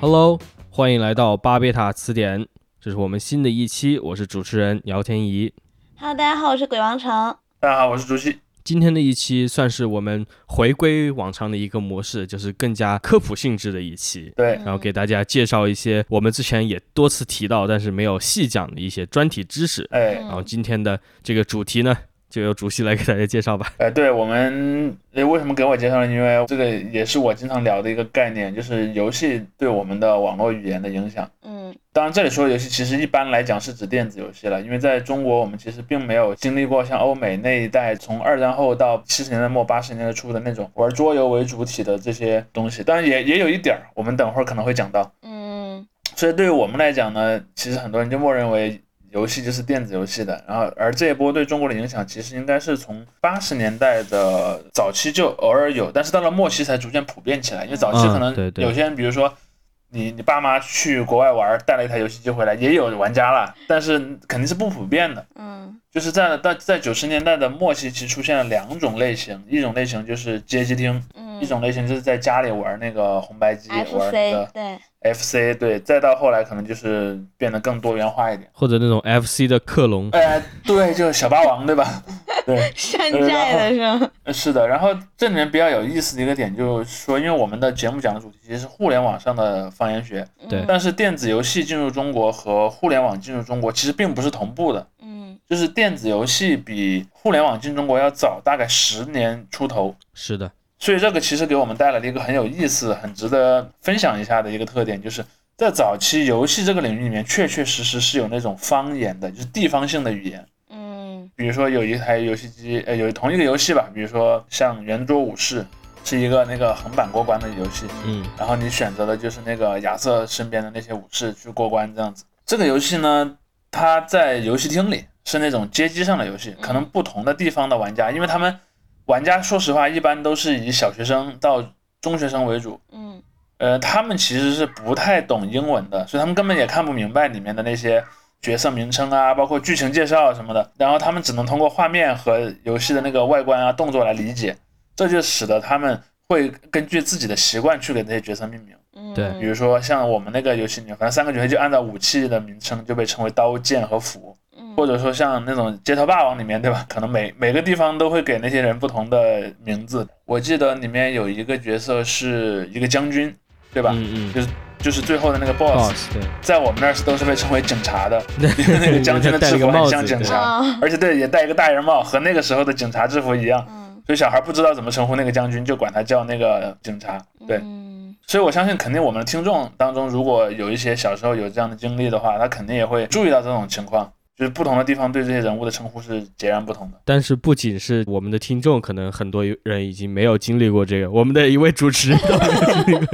Hello，欢迎来到巴贝塔词典，这是我们新的一期，我是主持人姚天怡。 Hello，大家好，我是鬼王城。大啊家好，我是竹溪。今天的一期算是我们回归往常的一个模式，就是更加科普性质的一期，对，然后给大家介绍一些我们之前也多次提到，但是没有细讲的一些专题知识。哎然后今天的这个主题呢，就由主席来给大家介绍吧。哎，对我们，哎，为什么给我介绍呢？因为这个也是我经常聊的一个概念，就是游戏对我们的网络语言的影响。嗯当然，这里说的游戏其实一般来讲是指电子游戏了，因为在中国我们其实并没有经历过像欧美那一代从二战后到七十年代末八十年代初的那种玩桌游为主体的这些东西。当然也也有一点儿，我们等会儿可能会讲到。嗯所以对于我们来讲呢，其实很多人就默认为游戏就是电子游戏的，然后而这一波对中国的影响，其实应该是从八十年代的早期就偶尔有，但是到了末期才逐渐普遍起来。因为早期嗯可能对对有些人，比如说你你爸妈去国外玩，带了一台游戏机回来，也有玩家了，但是肯定是不普遍的。嗯就是在在在九十年代的末期，其实出现了两种类型，一种类型就是街机厅，嗯一种类型就是在家里玩那个红白机，玩那个，FC 对， FC 对，再到后来可能就是变得更多元化一点。或者那种 FC 的克隆，哎，对，就是小霸王对吧？对，山寨的是吗？呃是的。然后这里面比较有意思的一个点就是说，因为我们的节目讲的主题其实是互联网上的方言学，嗯对但是电子游戏进入中国和互联网进入中国其实并不是同步的，嗯就是电子游戏比互联网进中国要早大概十年出头。是的，所以这个其实给我们带来了一个很有意思、很值得分享一下的一个特点，就是在早期游戏这个领域里面，确确实实是有那种方言的，就是地方性的语言。嗯比如说有一台游戏机，呃，有同一个游戏吧，比如说像《圆桌武士》，是一个那个横版过关的游戏，嗯，然后你选择的就是那个亚瑟身边的那些武士去过关这样子。这个游戏呢，它在游戏厅里是那种街机上的游戏，可能不同的地方的玩家，因为他们玩家说实话一般都是以小学生到中学生为主，嗯呃，他们其实是不太懂英文的，所以他们根本也看不明白里面的那些角色名称啊，包括剧情介绍什么的。然后他们只能通过画面和游戏的那个外观啊、动作来理解，这就使得他们会根据自己的习惯去给这些角色命名。嗯，对比如说像我们那个游戏里面，反正三个角色就按照武器的名称就被称为刀、剑和斧，嗯或者说像那种街头霸王里面，对吧？可能每每个地方都会给那些人不同的名字。我记得里面有一个角色是一个将军，对吧？嗯嗯就是就是最后的那个 boss， ，boss 对，在我们那儿是都是被称为警察的，因为那个将军的制服很像警对察，啊而且对也戴一个大檐帽，和那个时候的警察制服一样。嗯所以小孩不知道怎么称呼那个将军，就管他叫那个警察。对，嗯所以我相信，肯定我们听众当中，如果有一些小时候有这样的经历的话，他肯定也会注意到这种情况，就是不同的地方对这些人物的称呼是截然不同的。 但是不仅是我们的听众，可能很多人已经没有经历过这个，我们的一位主持人都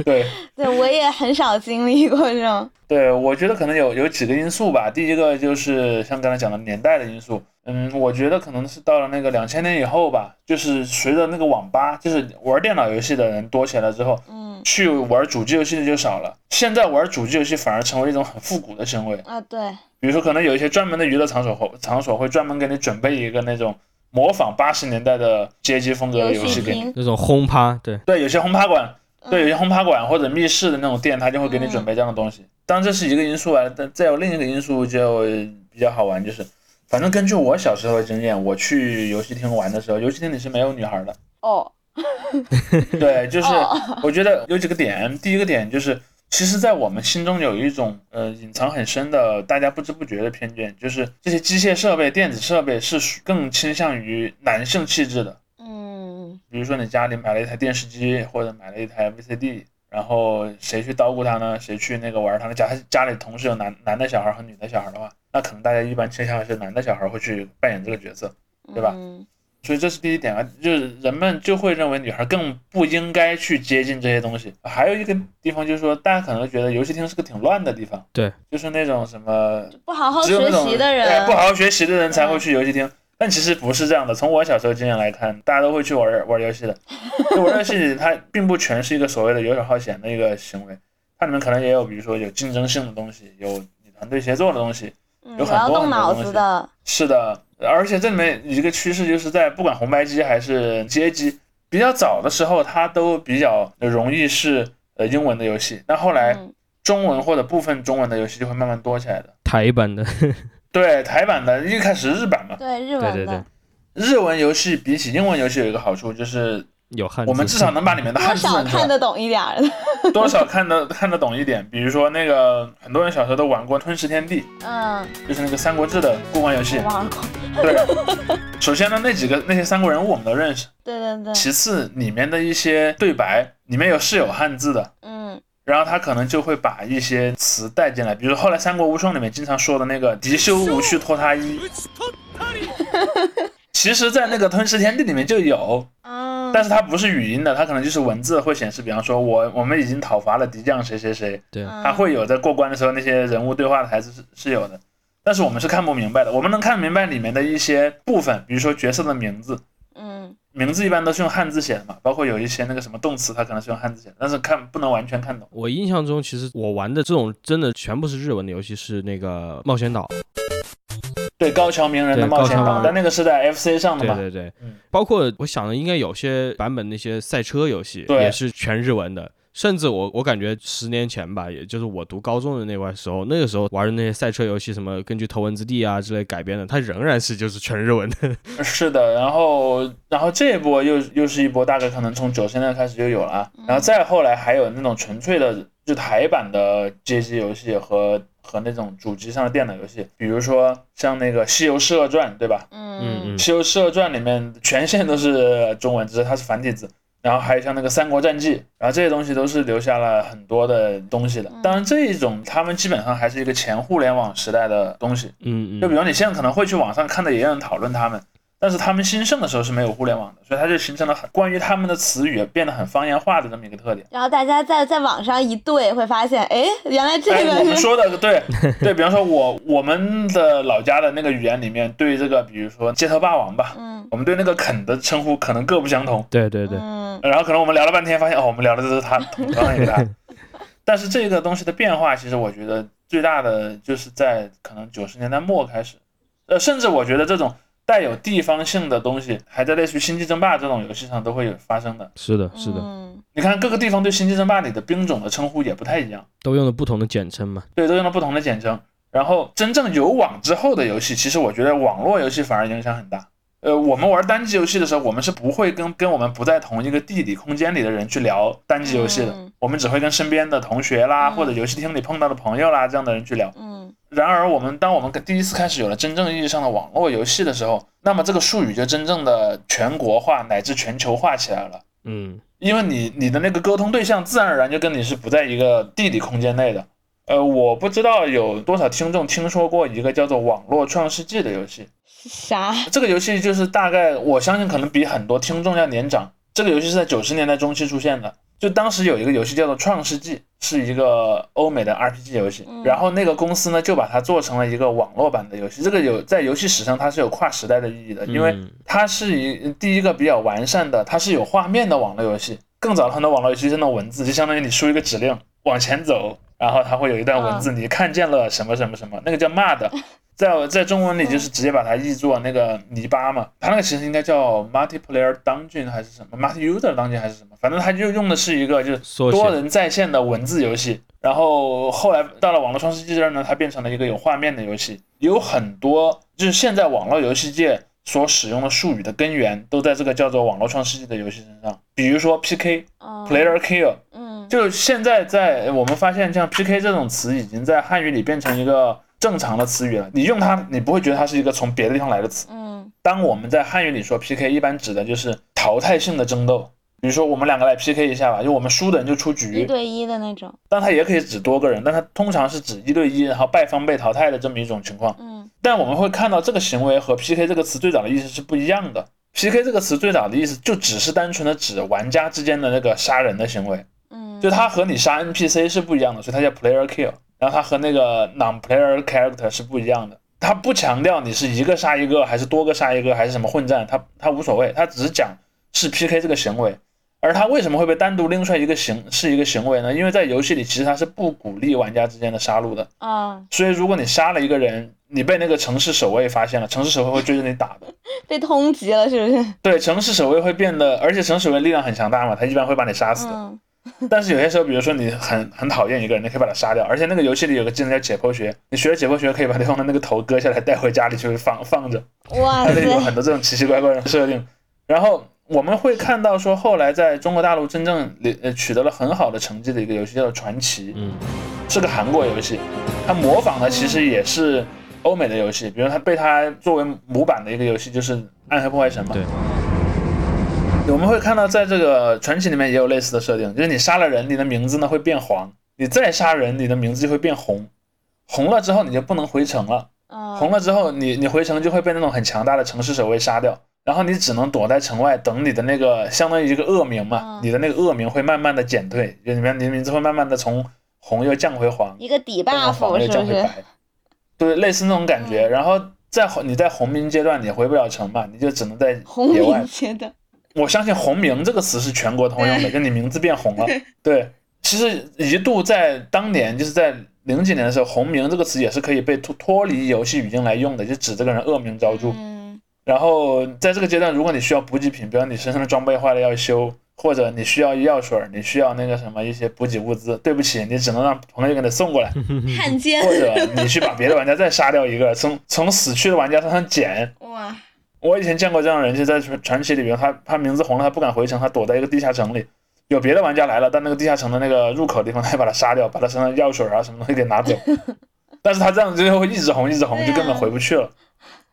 对，对，我也很少经历过这种，对，我觉得可能有有几个因素吧。第一个就是像刚才讲的年代的因素，嗯，我觉得可能是到了那个两千年以后吧，就是随着那个网吧，就是玩电脑游戏的人多起来了之后，嗯去玩主机游戏的就少了。现在玩主机游戏反而成为一种很复古的行为。啊对，比如说，可能有一些专门的娱乐场所会场所会专门给你准备一个那种模仿八十年代的街机风格的游戏戏给你。厅那种轰趴，对，对，有些轰趴馆，对，有嗯些轰趴馆或者密室的那种店，它就会给你准备这样的东西。当然这是一个因素啊，但再有另一个因素就比较好玩，就是反正根据我小时候的经验，我去游戏厅玩的时候，游戏厅里是没有女孩的。哦 对，就是哦 我觉得有几个点，第一个点就是，其实，在我们心中有一种呃隐藏很深的大家不知不觉的偏见，就是这些机械设备、电子设备是属更倾向于男性气质的。嗯比如说你家里买了一台电视机，或者买了一台 VCD，然后谁去捣鼓它呢？谁去那个玩它呢？假如家里同时有男男的小孩和女的小孩的话，那可能大家一般倾向于是男的小孩会去扮演这个角色。对吧嗯所以这是第一点啊，就是人们就会认为女孩更不应该去接近这些东西。还有一个地方就是说，大家可能觉得游戏厅是个挺乱的地方，对，就是那种什么不好好只有学那种习的哎人嗯不好好学习的人才会去游戏厅。但其实不是这样的，从我小时候经验来看，大家都会去玩玩游戏的。就玩游戏，它并不全是一个所谓的游手好闲的一个行为，它里面可能也有，比如说有竞争性的东西，有你团队协作的东西，嗯，有我很要多动很多脑东子西的，是的，而且这里面一个趋势就是在不管红白机还是街机，比较早的时候它都比较容易是呃英文的游戏，那后来嗯中文或者部分中文的游戏就会慢慢多起来的。台版 的，对，台版的一开始日版嘛，对日对文对对的，，日文游戏比起英文游戏有一个好处，就是有汉字。我们至少能把里面的 多汉字少认出来看得懂一点儿的。多少看得看得懂一点。比如说那个很多人小时候都玩过《吞食天地嗯，》，就是那个《三国志》的过关游戏我。玩过。对，首先呢，那几个那些三国人物我们都认识，对对对，其次里面的一些对白里面有是有汉字的。嗯然后他可能就会把一些词带进来，比如说后来《三国无双》里面经常说的那个“敌修吾去脱他衣”，其实，在那个《吞食天地》里面就有，啊，但是它不是语音的，它可能就是文字会显示，比方说我我们已经讨伐了敌将谁谁谁，对，嗯它会有在过关的时候那些人物对话的台词是是有的，但是我们是看不明白的，我们能看明白里面的一些部分，比如说角色的名字，嗯名字一般都是用汉字写的嘛，包括有一些那个什么动词，它可能是用汉字写的，但是看不能完全看懂。我印象中，其实我玩的这种真的全部是日文的游戏，是那个冒险岛。对，高桥名人的对冒险高桥名岛，人但那个是在 FC 上的对嘛，对对嗯，包括我想的，应该有些版本那些赛车游戏对也是全日文的。甚至我我感觉十年前吧，也就是我读高中的那块时候，那个时候玩的那些赛车游戏，什么根据头文字 D 啊之类改编的，它仍然是就是全日文的。是的，然后然后这一波又又是一波，大概可能从九十年代开始就有了啊，然后再后来还有那种纯粹的就台版的街机游戏和和那种主机上的电脑游戏，比如说像那个《西游释厄传》，对吧？嗯 嗯《西游释厄传》里面全线都是中文，只是它是繁体字。然后还有像那个《三国战记》，然后这些东西都是留下了很多的东西的。嗯当然，这一种他们基本上还是一个前互联网时代的东西，嗯就比嗯，如你现在可能会去网上看到也有人讨论他们，但是他们兴盛的时候是没有互联网的，所以它就形成了很关于他们的词语变得很方言化的这么一个特点。然后大家在在网上一对，会发现，哎，原来这哎，我个们是 说的对对，比方说我我们的老家的那个语言里面，对这个比如说街头霸王吧，嗯我们对那个肯的称呼可能各不相同，对对对，嗯然后可能我们聊了半天发现哦，我们聊的都是他同样一个他，但是这个东西的变化，其实我觉得最大的就是在可能九十年代末开始，呃，甚至我觉得这种带有地方性的东西，还在类似于《星际争霸》这种游戏上都会有发生的。是的，是的，嗯你看各个地方对《星际争霸》里的兵种的称呼也不太一样，都用了不同的简称嘛。对，都用了不同的简称。然后真正有网之后的游戏，其实我觉得网络游戏反而影响很大。呃，我们玩单机游戏的时候，我们是不会跟跟我们不在同一个地理空间里的人去聊单机游戏的，嗯我们只会跟身边的同学啦，嗯或者游戏厅里碰到的朋友啦这样的人去聊。嗯然而，我们当我们第一次开始有了真正意义上的网络游戏的时候，那么这个术语就真正的全国化乃至全球化起来了。嗯，因为你你的那个沟通对象自然而然就跟你是不在一个地理空间内的。呃，我不知道有多少听众听说过一个叫做《网络创世纪》的游戏，啥？这个游戏就是大概我相信可能比很多听众要年长。这个游戏是在九十年代中期出现的，就当时有一个游戏叫做《创世纪》，是一个欧美的 RPG 游戏嗯，然后那个公司呢就把它做成了一个网络版的游戏。这个有在游戏史上它是有跨时代的意义的，因为嗯它是一第一个比较完善的，它是有画面的网络游戏。更早的很多网络游戏是那种文字，就相当于你输一个指令往前走，然后它会有一段文字，你看见了什么什么什么，那个叫骂的，在在中文里就是直接把它译作那个泥巴嘛。它那个其实应该叫 multiplayer dungeon 还是什么 multi-user dungeon 还是什么，反正它就用的是一个就是缩多写。人在线的文字游戏。然后后来到了网络创世纪这儿呢，它变成了一个有画面的游戏，有很多就是现在网络游戏界所使用的术语的根源都在这个叫做网络创世纪的游戏身上，比如说 PK、哦 Player Kill，嗯就现在在我们发现像 PK 这种词已经在汉语里变成一个正常的词语了，你用它你不会觉得它是一个从别的地方来的词。嗯当我们在汉语里说 PK，一般指的就是淘汰性的争斗，比如说我们两个来 PK 一下吧，就我们输的人就出局，一对一的那种，但它也可以指多个人，但它通常是指一对一，然后败方被淘汰的这么一种情况。嗯但我们会看到这个行为和 PK 这个词最早的意思是不一样的。PK 这个词最早的意思就只是单纯的指玩家之间的那个杀人的行为，嗯，就它和你杀 NPC 是不一样的，所以它叫 player kill。然后它和那个 non-player character 是不一样的，它不强调你是一个杀一个，还是多个杀一个，还是什么混战，它它无所谓，它只是讲是 PK 这个行为。而它为什么会被单独拎出来一个行是一个行为呢？因为在游戏里其实它是不鼓励玩家之间的杀戮的，啊，所以如果你杀了一个人，你被那个城市守卫发现了，城市守卫会追着你打的。被通缉了是不是？对，城市守卫会变得，而且城市守卫力量很强大嘛，他一般会把你杀死的。嗯但是有些时候，比如说你很很讨厌一个人，你可以把他杀掉。而且那个游戏里有个技能叫解剖学，你学了解剖学，可以把对方的那个头割下来带回家里去放放着。哇它里有塞，很多这种奇奇怪怪的设定。然后我们会看到说，后来在中国大陆真正里呃取得了很好的成绩的一个游戏叫做《传奇》，嗯，是个韩国游戏，它模仿的其实也是欧美的游戏，比如它被它作为模板的一个游戏就是《暗黑破坏神》嘛。对。我们会看到，在这个传奇里面也有类似的设定，就是你杀了人，你的名字呢会变黄；你再杀人，你的名字就会变红。红了之后，你就不能回城了。红嗯，了之后，你你回城就会被那种很强大的城市守卫杀掉，然后你只能躲在城外等你的那个相当于一个恶名嘛，嗯你的那个恶名会慢慢的减退，就里面你的名字会慢慢的从红又降回黄，一个底再从 buff 黄又是降不回是？嗯白，对，类似那种感觉。然后在红你在红名阶段你回不了城嘛，你就只能在红野外明阶段，我相信“红名”这个词是全国通用的，就你名字变红了。对，其实一度在当年，就是在零几年的时候，“红名”这个词也是可以被脱脱离游戏语境来用的，就指这个人恶名昭著。嗯，然后在这个阶段，如果你需要补给品，比如你身上的装备坏了要修，或者你需要药水儿，你需要那个什么一些补给物资，对不起，你只能让朋友给你送过来，汉奸或，者你去把别的玩家再杀掉一个，从从死去的玩家身上捡。 哇，我以前见过这样的人，就在传传奇里边，他他名字红了，他不敢回城，他躲在一个地下城里。有别的玩家来了，但那个地下城的那个入口地方，他还把他杀掉，把他身上药水啊什么东西给拿走。 但是他这样子就会一直红，一直红，对啊就根本回不去了。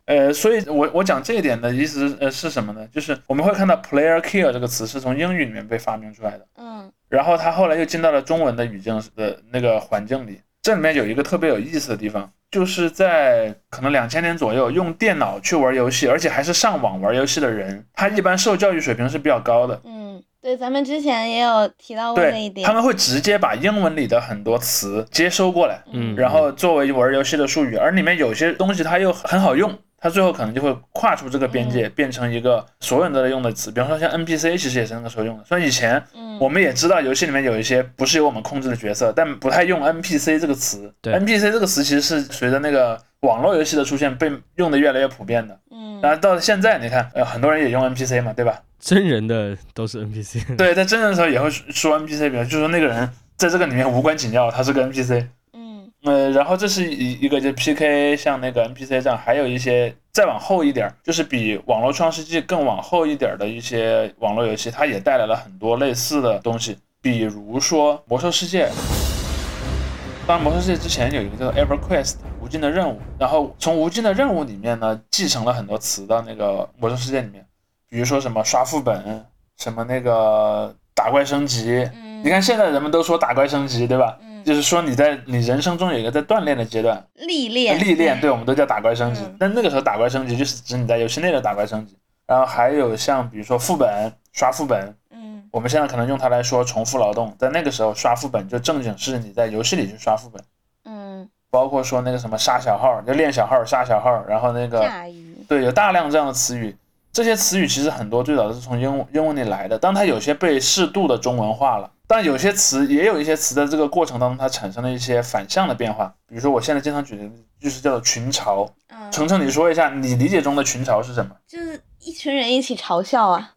呃，所以我我讲这一点的意思是呃是什么呢？就是我们会看到 “player kill” 这个词是从英语里面被发明出来的。嗯然后他后来又进到了中文的语境的那个环境里。这里面有一个特别有意思的地方，就是在可能两千年左右，用电脑去玩游戏，而且还是上网玩游戏的人，他一般受教育水平是比较高的。嗯，对，咱们之前也有提到过这一对，点他，们会直接把英文里的很多词接收过来，嗯然后作为玩游戏的术语，而里面有些东西它又很好用，它最后可能就会跨出这个边嗯界，变成一个所有人都在用的词。比方说像 NPC，其实也是那个时候用的。所以以前嗯，我们也知道游戏里面有一些不是由我们控制的角色，但不太用 NPC 这个词。对 NPC 这个词其实是随着那个网络游戏的出现被用的越来越普遍的。嗯，然后到现在，你看，呃，很多人也用 NPC 嘛，对吧？真人的都是 NPC，对，在真人的时候也会说说 NPC，比如就说那个人在这个里面无关紧要，他是个 NPC。嗯呃，然后这是一一个就 PK，像那个 NPC 这样，还有一些再往后一点儿，就是比《网络创世纪》更往后一点儿的一些网络游戏，它也带来了很多类似的东西，比如说《魔兽世界》。当然，《魔兽世界》之前有一个叫做 EverQuest 无尽的任务，然后从无尽的任务里面呢，继承了很多词到那个《魔兽世界》里面，比如说什么刷副本，什么那个打怪升级。嗯，你看现在人们都说打怪升级，对吧？嗯，就是说你在你人生中有一个在锻炼的阶段，历练，历练，对我们都叫打怪升级嗯。但那个时候打怪升级就是指你在游戏内的打怪升级，然后还有像比如说副本刷副本，嗯我们现在可能用它来说重复劳动，在那个时候刷副本就正经是你在游戏里去刷副本，嗯，包括说那个什么杀小号，就练小号杀小号，然后那个驾驭，对，有大量这样的词语。这些词语其实很多最早都是从英文英文里来的，但它有些被适度的中文化了。但有些词也有一些词在这个过程当中，它产生了一些反向的变化。比如说，我现在经常举的就是叫做群嘲。嗯，程程，你说一下你理解中的群嘲是什么？就是一群人一起嘲笑啊，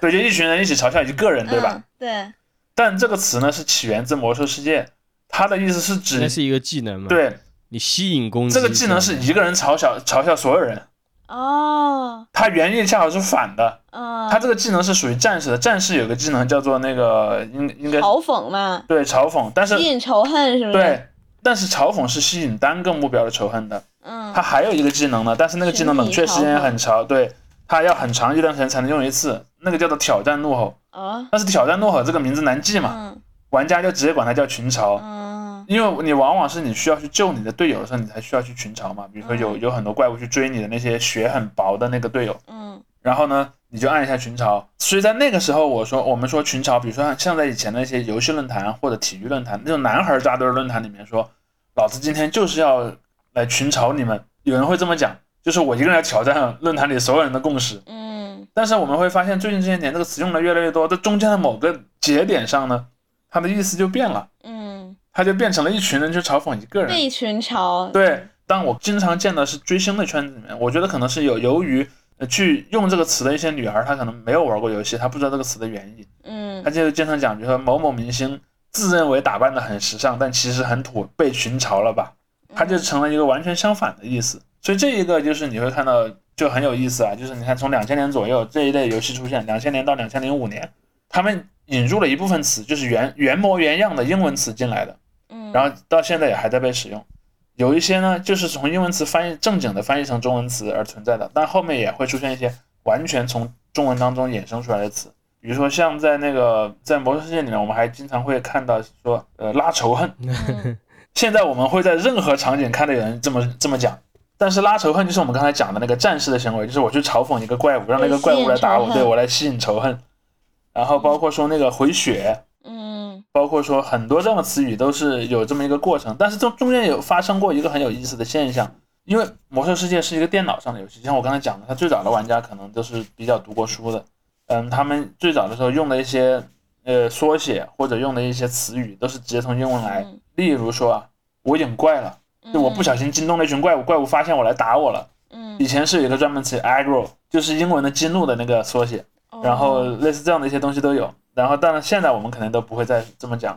对，就一群人一起嘲笑一个人，对吧？嗯？对，但这个词呢是起源自《魔兽世界》，它的意思是指 那是一个技能嘛？，对你吸引攻击。这个技能是一个人嘲笑嘲笑所有人，哦，它原意恰好是反的。嗯，他这个技能是属于战士的，战士有个技能叫做那个应应该嘲讽嘛，对嘲讽，但是吸引仇恨是不是？，对，但是嘲讽是吸引单个目标的仇恨的。嗯，他还有一个技能呢，但是那个技能冷却时间很长，对，他要很长一段时间才能用一次，那个叫做挑战怒吼。哦，但是挑战怒吼这个名字难记嘛，嗯玩家就直接管它叫群嘲。嗯因为你往往是你需要去救你的队友的时候，你才需要去群嘲嘛。比如说有有很多怪物去追你的那些血很薄的那个队友，嗯然后呢，你就按一下群嘲。所以在那个时候，我说我们说群嘲，比如说像在以前的一些游戏论坛或者体育论坛那种男孩扎堆论坛里面说，老子今天就是要来群嘲你们。有人会这么讲，就是我一个人要挑战论坛里所有人的共识。嗯但是我们会发现，最近这些年这个词用的越来越多，在中间的某个节点上呢，它的意思就变了，嗯，它就变成了一群人去嘲讽一个人。被群嘲，对，但我经常见的是追星的圈子里面，我觉得可能是有由于呃去用这个词的一些女孩，她可能没有玩过游戏，她不知道这个词的原意，嗯她就经常讲，比如说某某明星自认为打扮的很时尚，但其实很土，被群嘲了吧？嗯它就成了一个完全相反的意思。所以这一个就是你会看到就很有意思啊，就是你看从两千年左右这一类游戏出现，两千年到两千零五年，他们引入了一部分词，就是原原模原样的英文词进来的，嗯，然后后到现在也还在被使用。有一些呢，就是从英文词翻译正经的翻译成中文词而存在的，但后面也会出现一些完全从中文当中衍生出来的词，比如说像在那个在《魔兽世界》里面，我们还经常会看到说，呃，拉仇恨，嗯现在我们会在任何场景看到有人这么这么讲，但是拉仇恨就是我们刚才讲的那个战士的行为，就是我去嘲讽一个怪物，让那个怪物来打吸我，引仇恨对我来吸引仇恨。然后包括说那个回血，嗯包括说很多这样的词语都是有这么一个过程，但是中中间有发生过一个很有意思的现象，因为《魔兽世界》是一个电脑上的游戏，像我刚才讲的，它最早的玩家可能都是比较读过书的，嗯，他们最早的时候用的一些呃缩写或者用的一些词语都是直接从英文来，嗯例如说啊，我引怪了。就我不小心惊动了一群怪物，怪物发现我来打我了。嗯，以前是有一个专门词 aggro，就是英文的激怒的那个缩写，哦然后类似这样的一些东西都有。然后，当然现在我们可能都不会再这么 讲，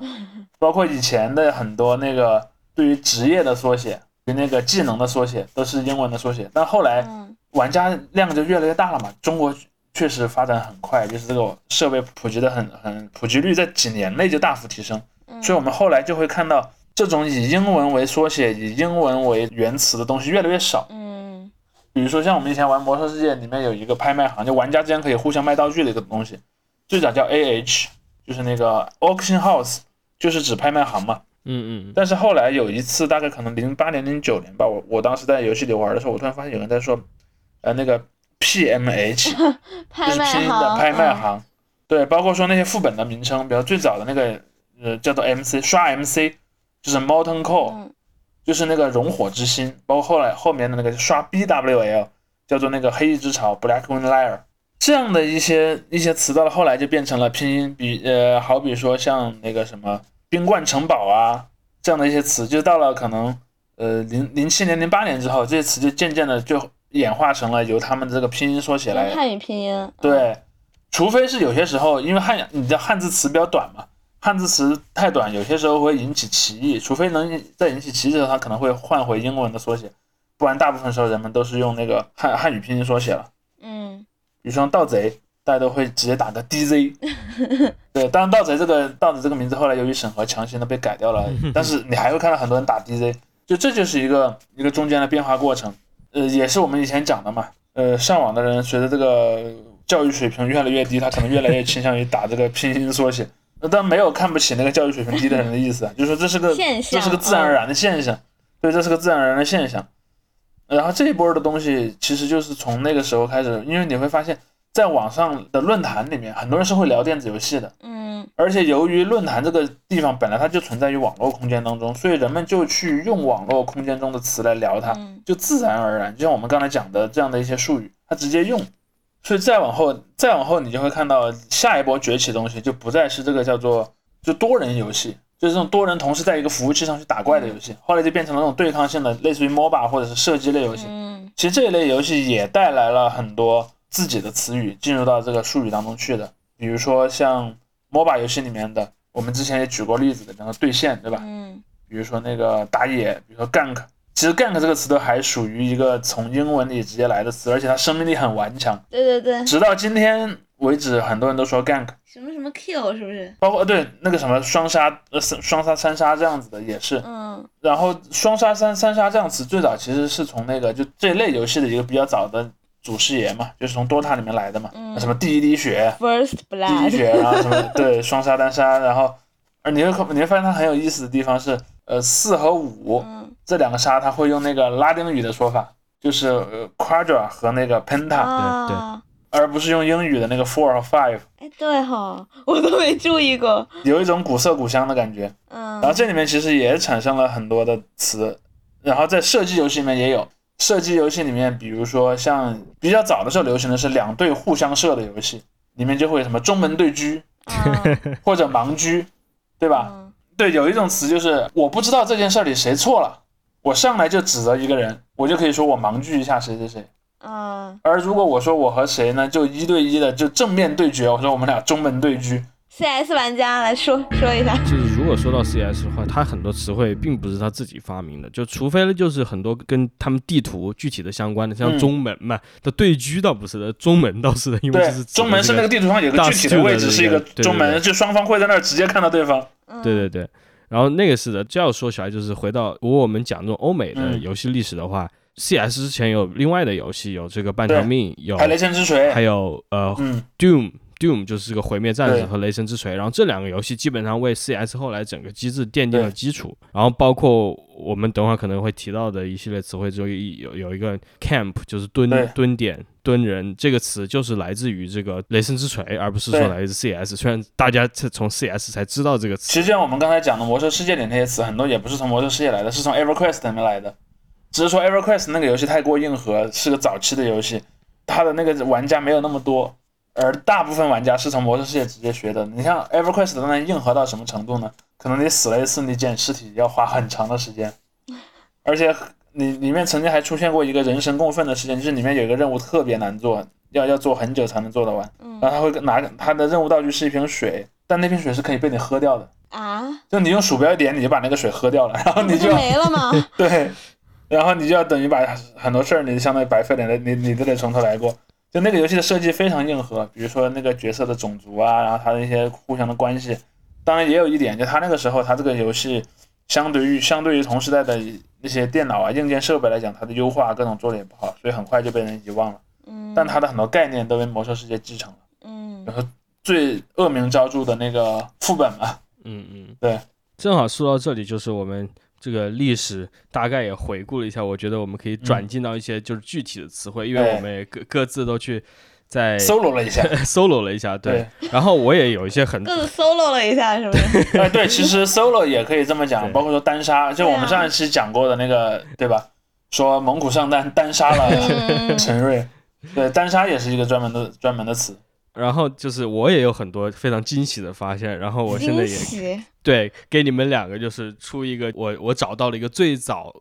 包括以前的很多那个对于职业的缩写，对那个技能的缩写都是英文的缩写。但后来嗯玩家量就越来越大了嘛，中国确实发展很快，就是这个设备普及的很很普及率在几年内就大幅提升。嗯所以我们后来就会看到这种以英文为缩写、以英文为原词的东西越来越少。嗯比如说像我们以前玩《魔兽世界》里面有一个拍卖行，就玩家之间可以互相卖道具的一个东西，最早叫 A H，就是那个 auction house，就是指拍卖行嘛。嗯嗯但是后来有一次，大概可能零八年、零九年吧，我我当时在游戏里玩的时候，我突然发现有人在说，呃，那个 P M H，就拍是卖嗯拼音的行拍卖，行，嗯对，包括说那些副本的名称，比如最早的那个呃叫做 MC 刷 MC，就是 Molten Core，、嗯就是那个熔火之心，包括后来后面的那个刷 BWL，叫做那个黑翼之潮 Black Wind Liar，这样的一些一些词，到了后来就变成了拼音，比呃好比说像那个什么冰冠城堡啊这样的一些词，就到了可能呃零零七年零八年之后，这些词就渐渐的就演化成了由他们这个拼音缩写嗯来用汉语拼音，对，除非是有些时候，因为汉你的汉字词比较短嘛，汉字词太短，有些时候会引起歧义。除非能在引起歧义的时候，它可能会换回英文的缩写，不然大部分时候人们都是用那个汉汉语拼音缩写了。嗯比如说盗贼，大家都会直接打个 DZ。对，当然盗贼这个盗贼这个名字后来由于审核强行的被改掉了，但是你还会看到很多人打 DZ，就这就是一个一个中间的变化过程。呃，也是我们以前讲的嘛，呃，上网的人随着这个教育水平越来越低，他可能越来越倾向于打这个拼音缩写。那但没有看不起那个教育水平低的人的意思啊，就是说这是 个现这象是个自然而然的现象，对，这是个自然而然的现象。然后这一波的东西其实就是从那个时候开始，因为你会发现在网上的论坛里面，很多人是会聊电子游戏的，嗯而且由于论坛这个地方本来它就存在于网络空间当中，所以人们就去用网络空间中的词来聊它，嗯就自然而然，就像我们刚才讲的这样的一些术语，它直接用。所以再往后，再往后，你就会看到下一波崛起的东西，就不再是这个叫做就多人游戏，就是这种多人同时在一个服务器上去打怪的游戏，后来就变成了那种对抗性的，类似于 MOBA 或者是射击类游戏。嗯其实这一类游戏也带来了很多自己的词语进入到这个术语当中去的，比如说像 MOBA 游戏里面的，我们之前也举过例子的，然后对线，对吧？嗯比如说那个打野，比如说 gank，其实 gank 这个词都还属于一个从英文里直接来的词，而且它生命力很顽强。对对对，直到今天为止，很多人都说 gank，什么什么 Q 是不是？包括呃对那个什么双杀、呃三双杀、三杀这样子的也是。嗯然后双杀、三三杀这样词最早其实是从那个就这类游戏的一个比较早的祖师爷嘛，就是从 DOTA 里面来的嘛，嗯什么第一滴血、 ，First 第一滴 Blood，血，然啊后什么对双杀、单杀，然后而你会你会发现它很有意思的地方是，呃四和五。嗯这两个杀，他会用那个拉丁语的说法，就是呃 quadra 和那个 penta，、对对啊，而不是用英语的那个 four 和 five，哎对哈，我都没注意过，有一种古色古香的感觉。嗯，然后这里面其实也产生了很多的词，然后在射击游戏里面也有。射击游戏里面，比如说像比较早的时候流行的是两队互相射的游戏，里面就会有什么中门对狙啊或者盲狙，对吧？嗯对，有一种词就是我不知道这件事儿里谁错了，我上来就指责一个人，我就可以说我盲狙一下谁谁谁。嗯，而如果我说我和谁呢，就一对一的就正面对决，我说我们俩中门对狙， CS 玩家来说说一下，就是如果说到 CS 的话，它很多词汇并不是它自己发明的，就除非就是很多跟他们地图具体的相关的，像嗯中门嘛，的对狙倒不是的，中门倒是的，因为对这是，指中的门这是那个地图上有个具体的位置，是一个中门，就双方会在那儿直接看到对方。嗯，对对对，然后那个是的，这要说起来就是回到如果我们讲这种欧美的嗯游戏历史的话、c s 之前有另外的游戏，有这个半条对命，有还有雷神之锤还，有呃嗯， Doom。Doom 就是这个毁灭战士对和雷神之锤，然后这两个游戏基本上为 CS 后来整个机制奠定了对基础。然后包括我们等会儿可能会提到的一系列词汇之后，一有有一个 camp 就是蹲对蹲点蹲人这个词，就是来自于这个雷神之锤，而不是说对来自 CS。虽然大家是从 CS 才知道这个词，其实就像我们刚才讲的《魔兽世界》里那些词，很多也不是从《魔兽世界》来的，是从 EverQuest 那边来的。只是说 EverQuest 那个游戏太过硬核，是个早期的游戏，它的那个玩家没有那么多，而大部分玩家是从《魔兽世界》直接学的。你像 EverQuest 它能硬核到什么程度呢？可能你死了一次，你捡尸体要花很长的时间，而且你里面曾经还出现过一个人神共愤的事件，就是里面有一个任务特别难做，要要做很久才能做得完。嗯然后他会拿他的任务道具是一瓶水，但那瓶水是可以被你喝掉的。啊，就你用鼠标一点，你就把那个水喝掉了，然后不你就就没了 吗？对，然后你就要等于把很多事儿，你就相当于白费了，你你你都得从头来过。就那个游戏的设计非常硬核，比如说那个角色的种族啊，然后它的一些互相的关系。当然也有一点，就它那个时候，它这个游戏相对于相对于同时代的那些电脑啊、硬件设备来讲，它的优化各种做的也不好，所以很快就被人遗忘了。嗯，但它的很多概念都被魔兽世界继承了，嗯然后最恶名昭著的那个副本嘛，嗯嗯，对。正好说到这里，就是我们这个历史大概也回顾了一下，我觉得我们可以转进到一些就是具体的词汇，因为嗯对我们也各各自都去在 solo 了一下。 solo 了一下，对。然后我也有一些很各自 solo 了一下，是不 是？哎，对，其实 solo 也可以这么讲对，啊包括说单杀，就我对们啊上一期讲过的那个，对吧？说蒙古上单单杀了嗯，陈瑞，对，单杀也是一个专门的专门的词。然后就是我也有很多非常惊喜的发现，然后我现在惊也喜，对给你们两个就是出一个我我找到了一个最早。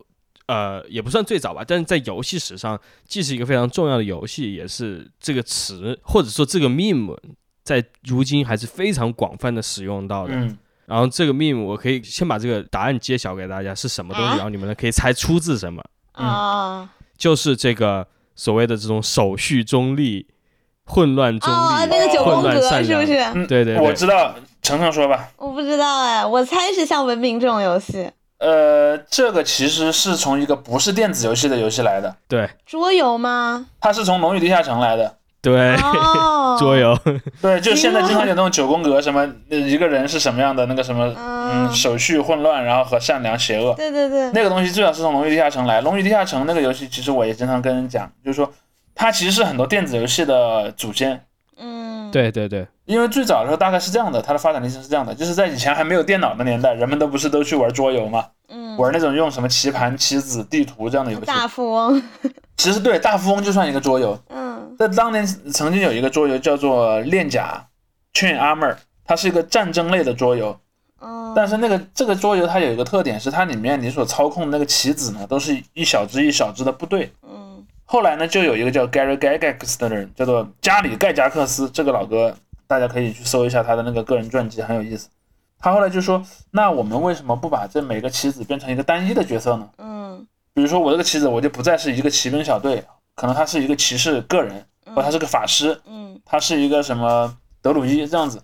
呃，也不算最早吧，但是在游戏史上，既是一个非常重要的游戏，也是这个词或者说这个 meme 在如今还是非常广泛的使用到的。嗯，然后这个 meme 我可以先把这个答案揭晓给大家是什么东西，啊然后你们呢可以猜出自什么，嗯啊，就是这个所谓的这种手续中立、混乱中立、哦，那个九宫混乱格善是良不是？嗯对对对我知道，程程说吧。我不知道哎，我猜是像文明这种游戏，呃，这个其实是从一个不是电子游戏的游戏来的，对桌游吗？它是从《龙与地下城》来的。对、哦哎，桌，游，对，就现在经常有那种九宫格，什么呃一个人是什么样的，那个什么，嗯嗯，，手续混乱，然后和善良邪恶。对对对，那个东西最早是从《龙与地下城》来，《龙与地下城》那个游戏，其实我也经常跟人讲，就是说它其实是很多电子游戏的祖先。嗯，，对对对，因为最早的时候大概是这样的，它的发展历程是这样的，就是在以前还没有电脑的年代，人们都不是都去玩桌游嘛，嗯，玩那种用什么棋盘、棋子、地图这样的游戏。大富翁，其实对大富翁就算一个桌游，嗯在当年曾经有一个桌游叫做《链甲 Chain Armor》，它是一个战争类的桌游，嗯，但是那个这个桌游它有一个特点是，它里面你所操控的那个棋子呢，都是一小支一小支的部队。嗯后来呢，就有一个叫 Gary Gygax 的人，叫做加里盖加克斯，这个老哥，大家可以去搜一下他的那个个人传记，很有意思。他后来就说，那我们为什么不把这每个棋子变成一个单一的角色呢？嗯，比如说我这个棋子，我就不再是一个骑兵小队，可能他是一个骑士个人，或他是个法师，嗯他是一个什么德鲁伊这样子。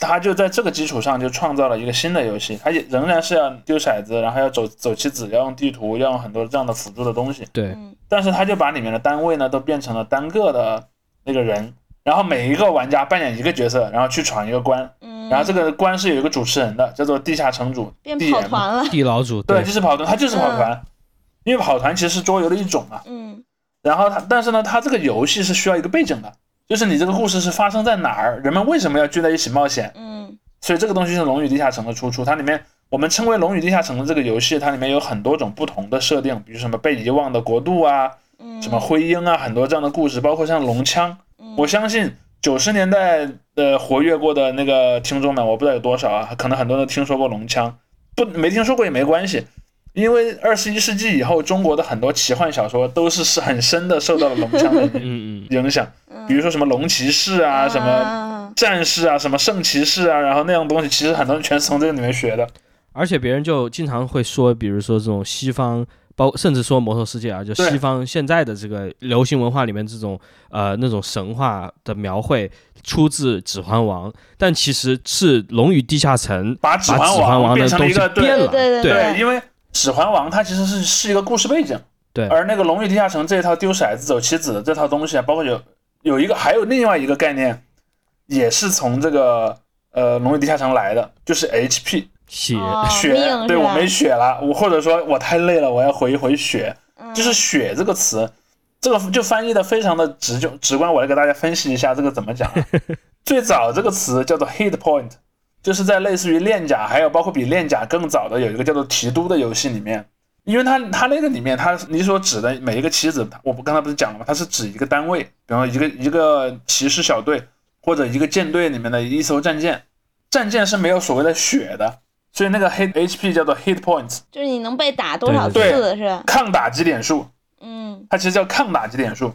他就在这个基础上就创造了一个新的游戏，他也仍然是要丢骰子，然后要走走棋子，要用地图，要用很多这样的辅助的东西。对嗯但是他就把里面的单位呢都变成了单个的那个人，然后每一个玩家扮演一个角色，然后去闯一个关，嗯，然后这个关是有一个主持人的，叫做地下城主变地跑眼嘛，团了，地老主对，就是跑团，他就是跑团，因为跑团其实是桌游的一种嘛。嗯然后他，但是呢，他这个游戏是需要一个背景的，就是你这个故事是发生在哪儿，人们为什么要聚在一起冒险，嗯所以这个东西是《龙与地下城》的出处。它里面我们称为《龙与地下城》的这个游戏，它里面有很多种不同的设定，比如什么被遗忘的国度啊，嗯，什么灰鹰啊，很多这样的故事，包括像龙枪，嗯？我相信九十年代的活跃过的那个听众们，我不知道有多少啊，可能很多人都听说过龙枪，不没听说过也没关系，因为二十一世纪以后，中国的很多奇幻小说都是是很深的受到了龙枪 的影嗯嗯，影响，比如说什么龙骑士嗯啊，什么么战士啊，什么圣骑士啊，然后那样东西，其实很多人全是从这个里面学的。而且别人就经常会说，比如说这种西方，包甚至说魔兽世界啊，就对西方现在的这个流行文化里面这种呃那种神话的描绘出自《指环王》，但其实是《龙与地下城》把把《指指环环王》变的成了东一西个变了，对对对对，因为《指环王》它其实是是一个故事背景，对而那个《龙与地下城》这一套丢骰子、走棋子的这套东西啊，包括有有一个还有另外一个概念，也是从这个呃《龙与地下城》来的，就是 HP 血，哦血，哦对我没血了，我或者说我太累了，我要回一回血，嗯就是“血”这个词，这个就翻译的非常的直就直观。我来给大家分析一下这个怎么讲啊。最早这个词叫做 hit point，就是在类似于链甲，还有包括比链甲更早的有一个叫做提督的游戏里面，因为它它那个里面它你所指的每一个棋子，我不刚才不是讲了吗？它是指一个单位，比方说一个一个骑士小队或者一个舰队里面的一艘战舰，战舰是没有所谓的血的。所以那个 hit HP 叫做 hit points，就是你能被打多少对对次是吧？抗打击点数。嗯它其实叫抗打击点数。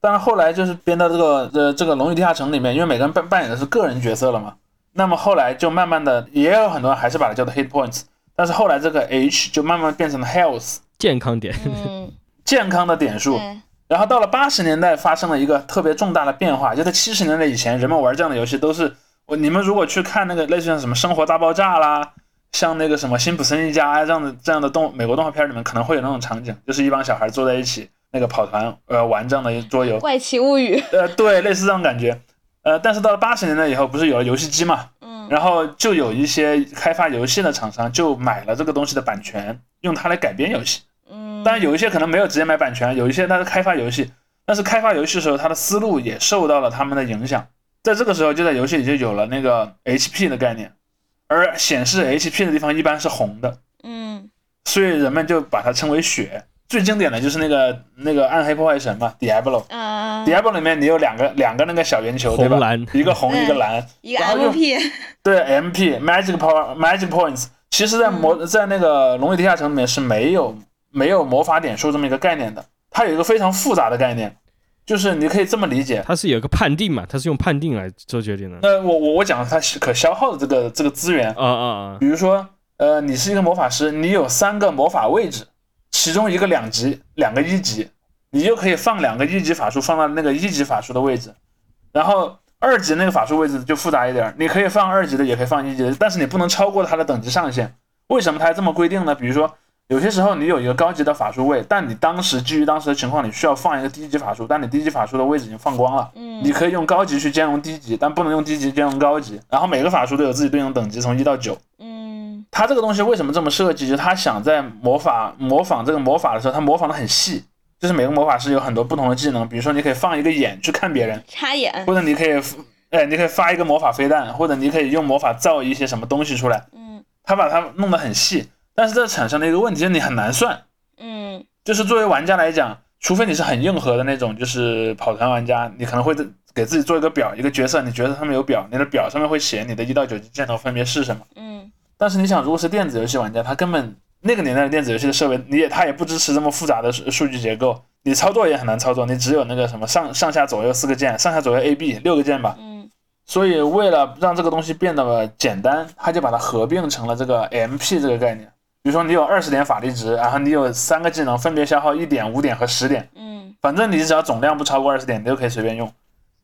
但是后来就是编到这个呃这个《龙与地下城》里面，因为每个人扮扮演的是个人角色了嘛，那么后来就慢慢的也有很多人还是把它叫做 hit points，但是后来这个 H 就慢慢变成了 health 健康点，嗯，健康的点数。对，然后到了八十年代发生了一个特别重大的变化，就在七十年代以前，人们玩这样的游戏都是我你们如果去看那个类似像什么《生活大爆炸》啦，像那个什么《辛普森一家》啊这样的这样的动美国动画片里面可能会有那种场景，就是一帮小孩坐在一起那个跑团呃玩这样的一桌游，怪奇物语，呃对，类似这种感觉。呃，但是到了八十年代以后，不是有了游戏机嘛，嗯然后就有一些开发游戏的厂商就买了这个东西的版权，用它来改编游戏。嗯，当然有一些可能没有直接买版权，有一些它是开发游戏，但是开发游戏的时候，它的思路也受到了他们的影响。在这个时候，就在游戏里就有了那个 HP 的概念，而显示 HP 的地方一般是红的，嗯所以人们就把它称为血。最经典的就是那个那个暗黑破坏神嘛，Diablo。啊， Diablo 里面你有两个两个那个小圆球，对红吧？蓝，一个红对一个蓝，一个然后就 MP，对 MP Magic Power Magic Points，其实在魔、在那个《龙与地下城》里面是没有没有魔法点数这么一个概念的，它有一个非常复杂的概念，就是你可以这么理解。它是有个判定嘛，它是用判定来做决定的。那我我我讲它可消耗的这个这个资源，啊啊啊！比如说呃，你是一个魔法师，你有三个魔法位置，其中一个两级，两个一级，你就可以放两个一级法术放到那个一级法术的位置，然后。二级那个法术位置就复杂一点儿，你可以放二级的，也可以放一级的，但是你不能超过它的等级上限。为什么它这么规定呢？比如说，有些时候你有一个高级的法术位，但你当时基于当时的情况，你需要放一个低级法术，但你低级法术的位置已经放光了。嗯你可以用高级去兼容低级，但不能用低级兼容高级。然后每个法术都有自己对应的等级，从一到九。嗯他这个东西为什么这么设计？就是他想在模仿模仿这个魔法的时候，他模仿的很细，就是每个魔法师有很多不同的技能，比如说你可以放一个眼去看别人，插眼，或者你可以，哎，你可以发一个魔法飞弹，或者你可以用魔法造一些什么东西出来。嗯他把它弄得很细，但是这产生了一个问题，就是你很难算。嗯就是作为玩家来讲，除非你是很硬核的那种，就是跑团玩家，你可能会给自己做一个表，一个角色，你角色上面有表，你的表上面会写你的一到九级箭头分别是什么。嗯但是你想，如果是电子游戏玩家，他根本那个年代的电子游戏的设备，你也他也不支持这么复杂的数数据结构，你操作也很难操作，你只有那个什么上上下左右四个键，上下左右 A B 六个键吧。嗯所以为了让这个东西变得简单，他就把它合并成了这个 MP 这个概念。比如说你有二十点法力值，然后你有三个技能，分别消耗一点、五点和十点，嗯反正你只要总量不超过二十点，你就可以随便用。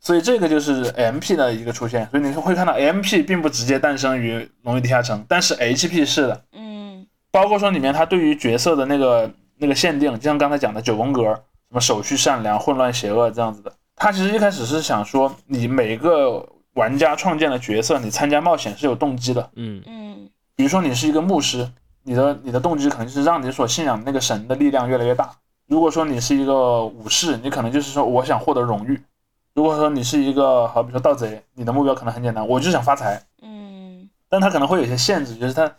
所以这个就是 MP 的一个出现，所以你会看到 MP 并不直接诞生于《龙与地下城》，但是 HP 是的。嗯包括说里面它对于角色的那个那个限定，就像刚才讲的九宫格，什么手续善良、混乱邪恶这样子的。它其实一开始是想说，你每个玩家创建的角色，你参加冒险是有动机的。嗯嗯比如说你是一个牧师，你的你的动机可能就是让你所信仰的那个神的力量越来越大。如果说你是一个武士，你可能就是说我想获得荣誉。如果说你是一个好比说盗贼，你的目标可能很简单，我就想发财。嗯，但他可能会有一些限制，就是他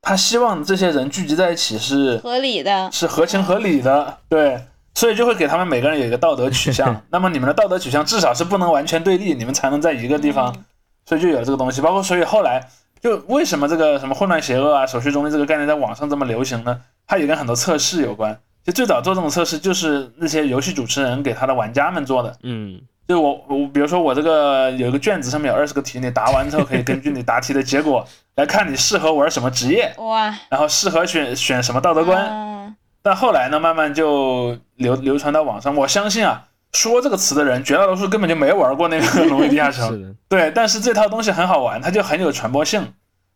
他希望这些人聚集在一起是合理的，是合情合理的，对，所以就会给他们每个人有一个道德取向。那么你们的道德取向至少是不能完全对立，你们才能在一个地方，所以就有了这个东西。包括所以后来就为什么这个什么混乱邪恶啊、手续中立这个概念在网上这么流行呢？它也跟很多测试有关。就最早做这种测试，就是那些游戏主持人给他的玩家们做的。嗯，就我我比如说我这个有一个卷子上面有二十个题，你答完之后可以根据你答题的结果来看你适合玩什么职业，哇，然后适合选选什么道德观。嗯但后来呢，慢慢就流流传到网上。我相信啊，说这个词的人绝大多数根本就没玩过那个《龙与地下城》 是。的，对，但是这套东西很好玩，它就很有传播性。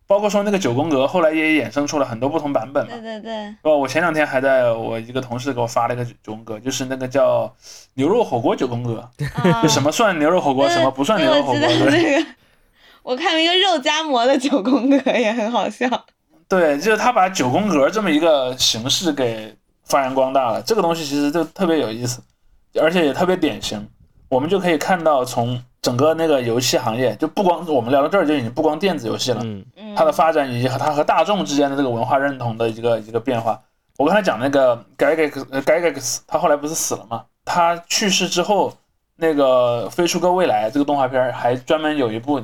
包括说那个九宫格，后来也衍生出了很多不同版本嘛对。对 对，哦，我前两天还在我一个同事给我发了一个九宫格，就是那个叫牛肉火锅九宫格，啊就什么算牛肉火锅，那什么不算那牛肉火我知锅道。对这个，我看了一个肉夹馍的九宫格也很好笑。对，就是他把九宫格这么一个形式给发扬光大了。这个东西其实就特别有意思，而且也特别典型。我们就可以看到，从整个那个游戏行业，就不光我们聊到这儿，就已经不光电子游戏了，嗯，嗯，它的发展以及和它和大众之间的这个文化认同的一个一个变化。我刚才讲那个 Gygax 呃 Gygax，他后来不是死了吗？他去世之后，那个《飞出个未来》这个动画片儿还专门有一部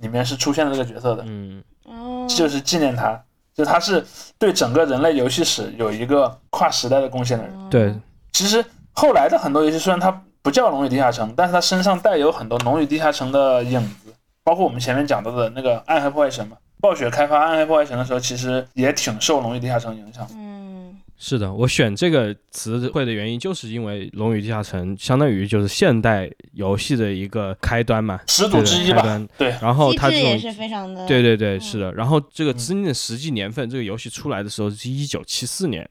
里面是出现了这个角色的，嗯，哦，就是纪念他，就他是对整个人类游戏史有一个跨时代的贡献的人。哦对，其实后来的很多游戏，虽然它不叫《龙与地下城》，但是它身上带有很多《龙与地下城》的影子，包括我们前面讲到的那个《暗黑破坏神》嘛。暴雪开发《暗黑破坏神》的时候，其实也挺受《龙与地下城》影响的。嗯，是的，我选这个词汇的原因，就是因为《龙与地下城》相当于就是现代游戏的一个开端嘛，始祖对之一开吧，端。对然后机它制这也种是非常的对对对，嗯是的。然后这个哦嗯真正的实际年份，这个游戏出来的时候是一九七四年，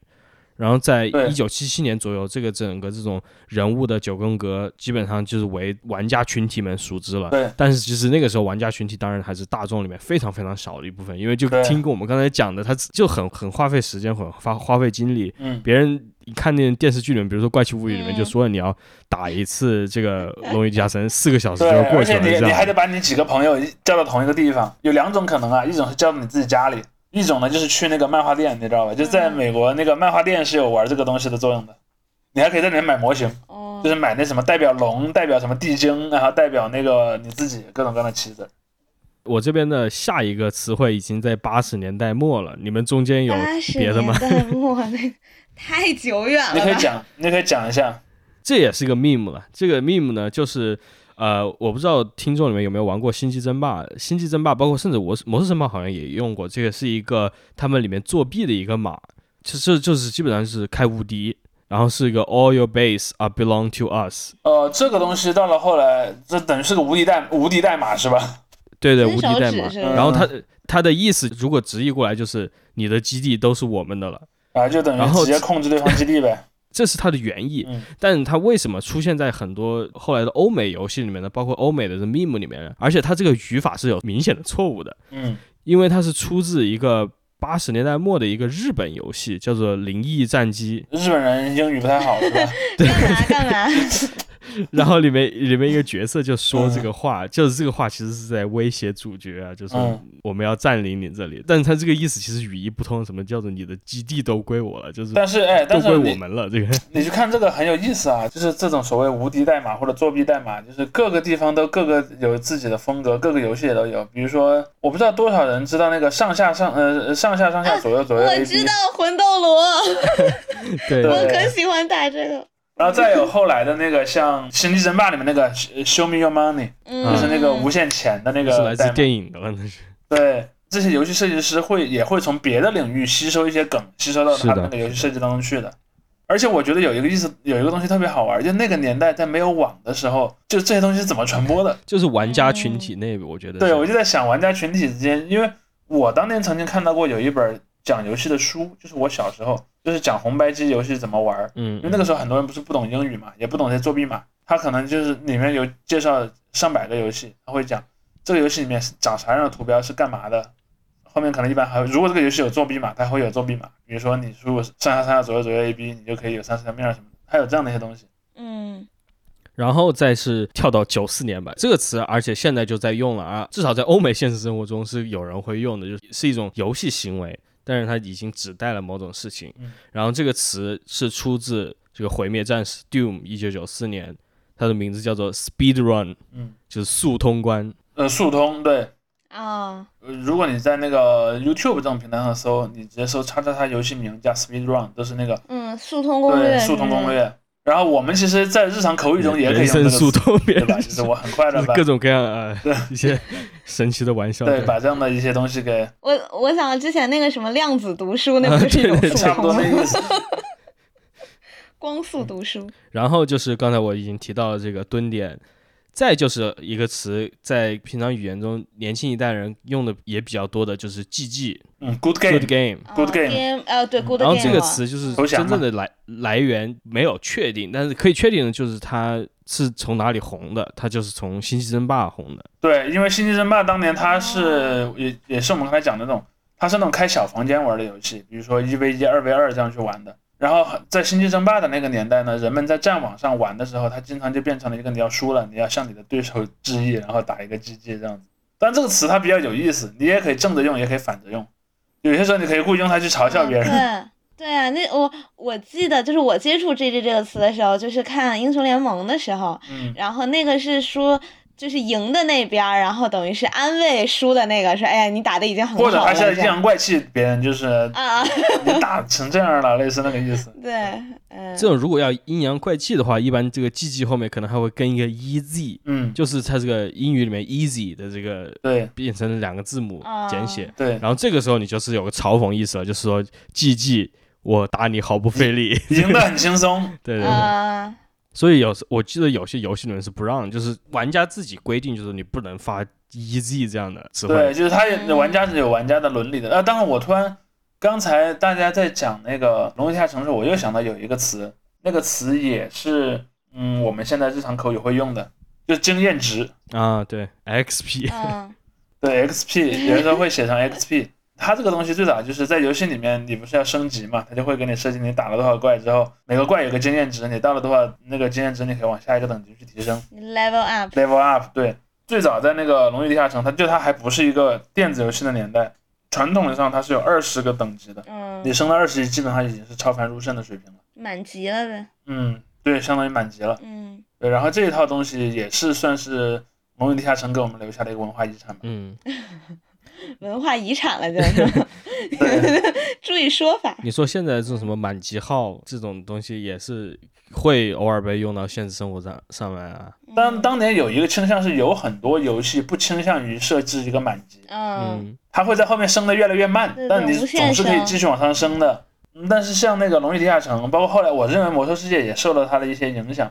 然后在对一九七七年左右，这个整个这种人物的九宫格基本上就是为玩家群体们熟知了。对但是其实那个时候玩家群体当然还是大众里面非常非常少的一部分，因为就对听过我们刚才讲的，他就很很花费时间，很花花费精力，嗯，别人一看那电视剧里面，比如说《怪奇物语》里面嗯就说你要打一次这个《龙与地下城》，四个小时对，就要过而去且了，你这你还样。得把你几个朋友叫到同一个地方，有两种可能啊，一种是叫到你自己家里，一种呢就是去那个漫画店，你知道吧？就在嗯美国那个漫画店是有玩这个东西的作用的，你还可以在里面买模型。哦就是买那什么代表龙、代表什么地精，然后代表那个你自己各种各样的棋子。我这边的下一个词汇已经在八十年代末了，你们中间有80别的吗？年代末那个 太久远了你吧，可以讲，你可以讲一下。这也是个 meme 了。这个 meme 呢，就是呃，我不知道听众里面有没有玩过《星际争霸》，《星际争霸》包括甚至我《魔兽争霸》好像也用过。这个是一个他们里面作弊的一个码，其实就是基本上是开无敌，然后是一个 All your base are belong to us，呃，这个东西到了后来，这等于是个无敌代无敌代码是吧？ 对对，伸无敌手代指码。是吧然后它它的意思如果直译过来就是你的基地都是我们的了。啊，就等然于后直接控制对方基 地呗。这是它的原意，嗯但它为什么出现在很多后来的欧美游戏里面呢？包括欧美的这 meme 里面呢，而且它这个语法是有明显的错误的，嗯，因为它是出自一个八十年代末的一个日本游戏，叫做《灵异战机日本人英语不太好是吧？干嘛干 嘛？》，然后里面里面一个角色就说这个话，就是这个话其实是在威胁主角啊，就是嗯我们要占领你这里，但是他这个意思其实语义不通，什么叫做你的基地都归我了，就是但是哎，都但归是我你们了，这个。你去看这个很有意思啊，就是这种所谓无敌代码或者作弊代码，就是各个地方都各个有自己的风格，各个游戏也都有。比如说，我不知道多少人知道那个上下上呃上下上下左右左右我 A 知 B 道。魂斗罗，对 对我可喜欢打这个。然后再有后来的那个像《星际争霸》里面那个呃 “Show Me Your Money”，嗯，啊就是那个无限钱的那是个来自代码。电影的了，那是。对，这些游戏设计师会也会从别的领域吸收一些梗，吸收到是他的的那个游戏设计当中去的。而且我觉得有一个意思，有一个东西特别好玩，就那个年代在没有网的时候，就这些东西是怎么传播的？就是玩家群体内部，我觉得嗯对，是我就在想玩家群体之间，因为我当年曾经看到过有一本讲游戏的书，就是我小时候就是讲红白机游戏怎么玩儿。嗯因为那个时候很多人不是不懂英语嘛，也不懂这些作弊码，他可能就是里面有介绍上百个游戏，他会讲这个游戏里面是长啥样的图标是干嘛的，后面可能一般还会如果这个游戏有作弊码，它会有作弊码，比如说你输入上下上下左右左右 A B，你就可以有三十条面儿什么的，它有这样的一些东西。嗯，然后再是跳到九四年吧，这个词，而且现在就在用了啊，至少在欧美现实生活中是有人会用的，就是是一种游戏行为，但是它已经指代了某种事情。嗯然后这个词是出自这个《毁灭战士》Doom 一九九四年，它的名字叫做 Speed Run，嗯，就是速通关。呃，速通对，啊，呃如果你在那个 YouTube 这种平台上搜，你直接搜叉叉叉游戏名加 Speed Run，都是那个嗯，速通攻略，嗯对速通攻，略。然后我们其实，在日常口语中也可人以用这生个速词，通，别 对吧？人就是我很快的把各种各样呃一些神奇的玩笑，对把这样的一些东西给我我想之前那个什么量子读书，那不是一种啊对对速差不多通吗那？意思。光速读书，然后就是刚才我已经提到了这个蹲点，再就是一个词，在平常语言中年轻一代人用的也比较多的，就是 GG 嗯，Good good game， game。 Good 啊 game 呃，对，good 然 game 后这个了词就是投降真正嘛的来来源没有确定，但是可以确定的就是它是从哪里红的，它就是从《星际争霸》红的。对，因为《星际争霸》当年它是也也是我们刚才讲的那种，它是那种开小房间玩的游戏，比如说一 v 一、二 v 二这样去玩的。然后在《星际争霸》的那个年代呢，人们在战网上玩的时候，它经常就变成了一个你要输了，你要向你的对手致意，然后打一个 GG 这样子。但这个词它比较有意思，你也可以正着用，也可以反着用。有些时候你可以故意用它去嘲笑 别人。嗯对对啊，那我我记得就是我接触 “GG” 这个词的时候，就是看英雄联盟的时候，嗯，然后那个是说。就是赢的那边儿，然后等于是安慰输的那个，说：“哎呀，你打的已经很好或了。者这样”他现在阴阳怪气别人，就是啊，啊你打成这样了，类似那个意思。对，嗯，这种如果要阴阳怪气的话，一般这个 GG 后面可能还会跟一个 EZ，嗯，就是它这个英语里面 easy 的这个对变成两个字母啊简写。对，然后这个时候你就是有个嘲讽意思了，就是说 GG 我打你毫不费力。赢得很轻松。对对对。啊，所以有时我记得有些游戏里面是不让，就是玩家自己规定，就是你不能发 EZ 这样的词汇。对，就是他有玩家是有玩家的伦理的。啊，当然我突然刚才大家在讲那个《龙与地下城》时，我又想到有一个词，那个词也是嗯我们现在日常口语会用的，就是经验值。啊，对 XP，嗯，对 XP，有的时候会写成 XP。它这个东西最早就是在游戏里面，你不是要升级嘛，它就会给你设计你打了多少怪之后，每个怪有个经验值，你到了多少那个经验值，你可以往下一个等级去提升。你 level up， Level Up，对，最早在那个《龙与地下城》，它就它还不是一个电子游戏的年代，传统上它是有二十个等级的，你嗯，升到二十级，基本上已经是超凡入圣的水平了。满级了呗，嗯，对，相当于满级了。嗯，对，然后这一套东西也是算是《龙与地下城》给我们留下的一个文化遗产吧。嗯，文化遗产了，就是，对， 注意说法，你说现在这种什么满级号这种东西也是会偶尔被用到现实生活上上来啊。嗯当当年有一个倾向是有很多游戏不倾向于设置一个满级，嗯，嗯，它会在后面升的越来越慢对，但对你无限总是可以升继续往上升的。嗯但是像那个《龙与地下城》，包括后来，我认为《魔兽世界》也受到它的一些影响，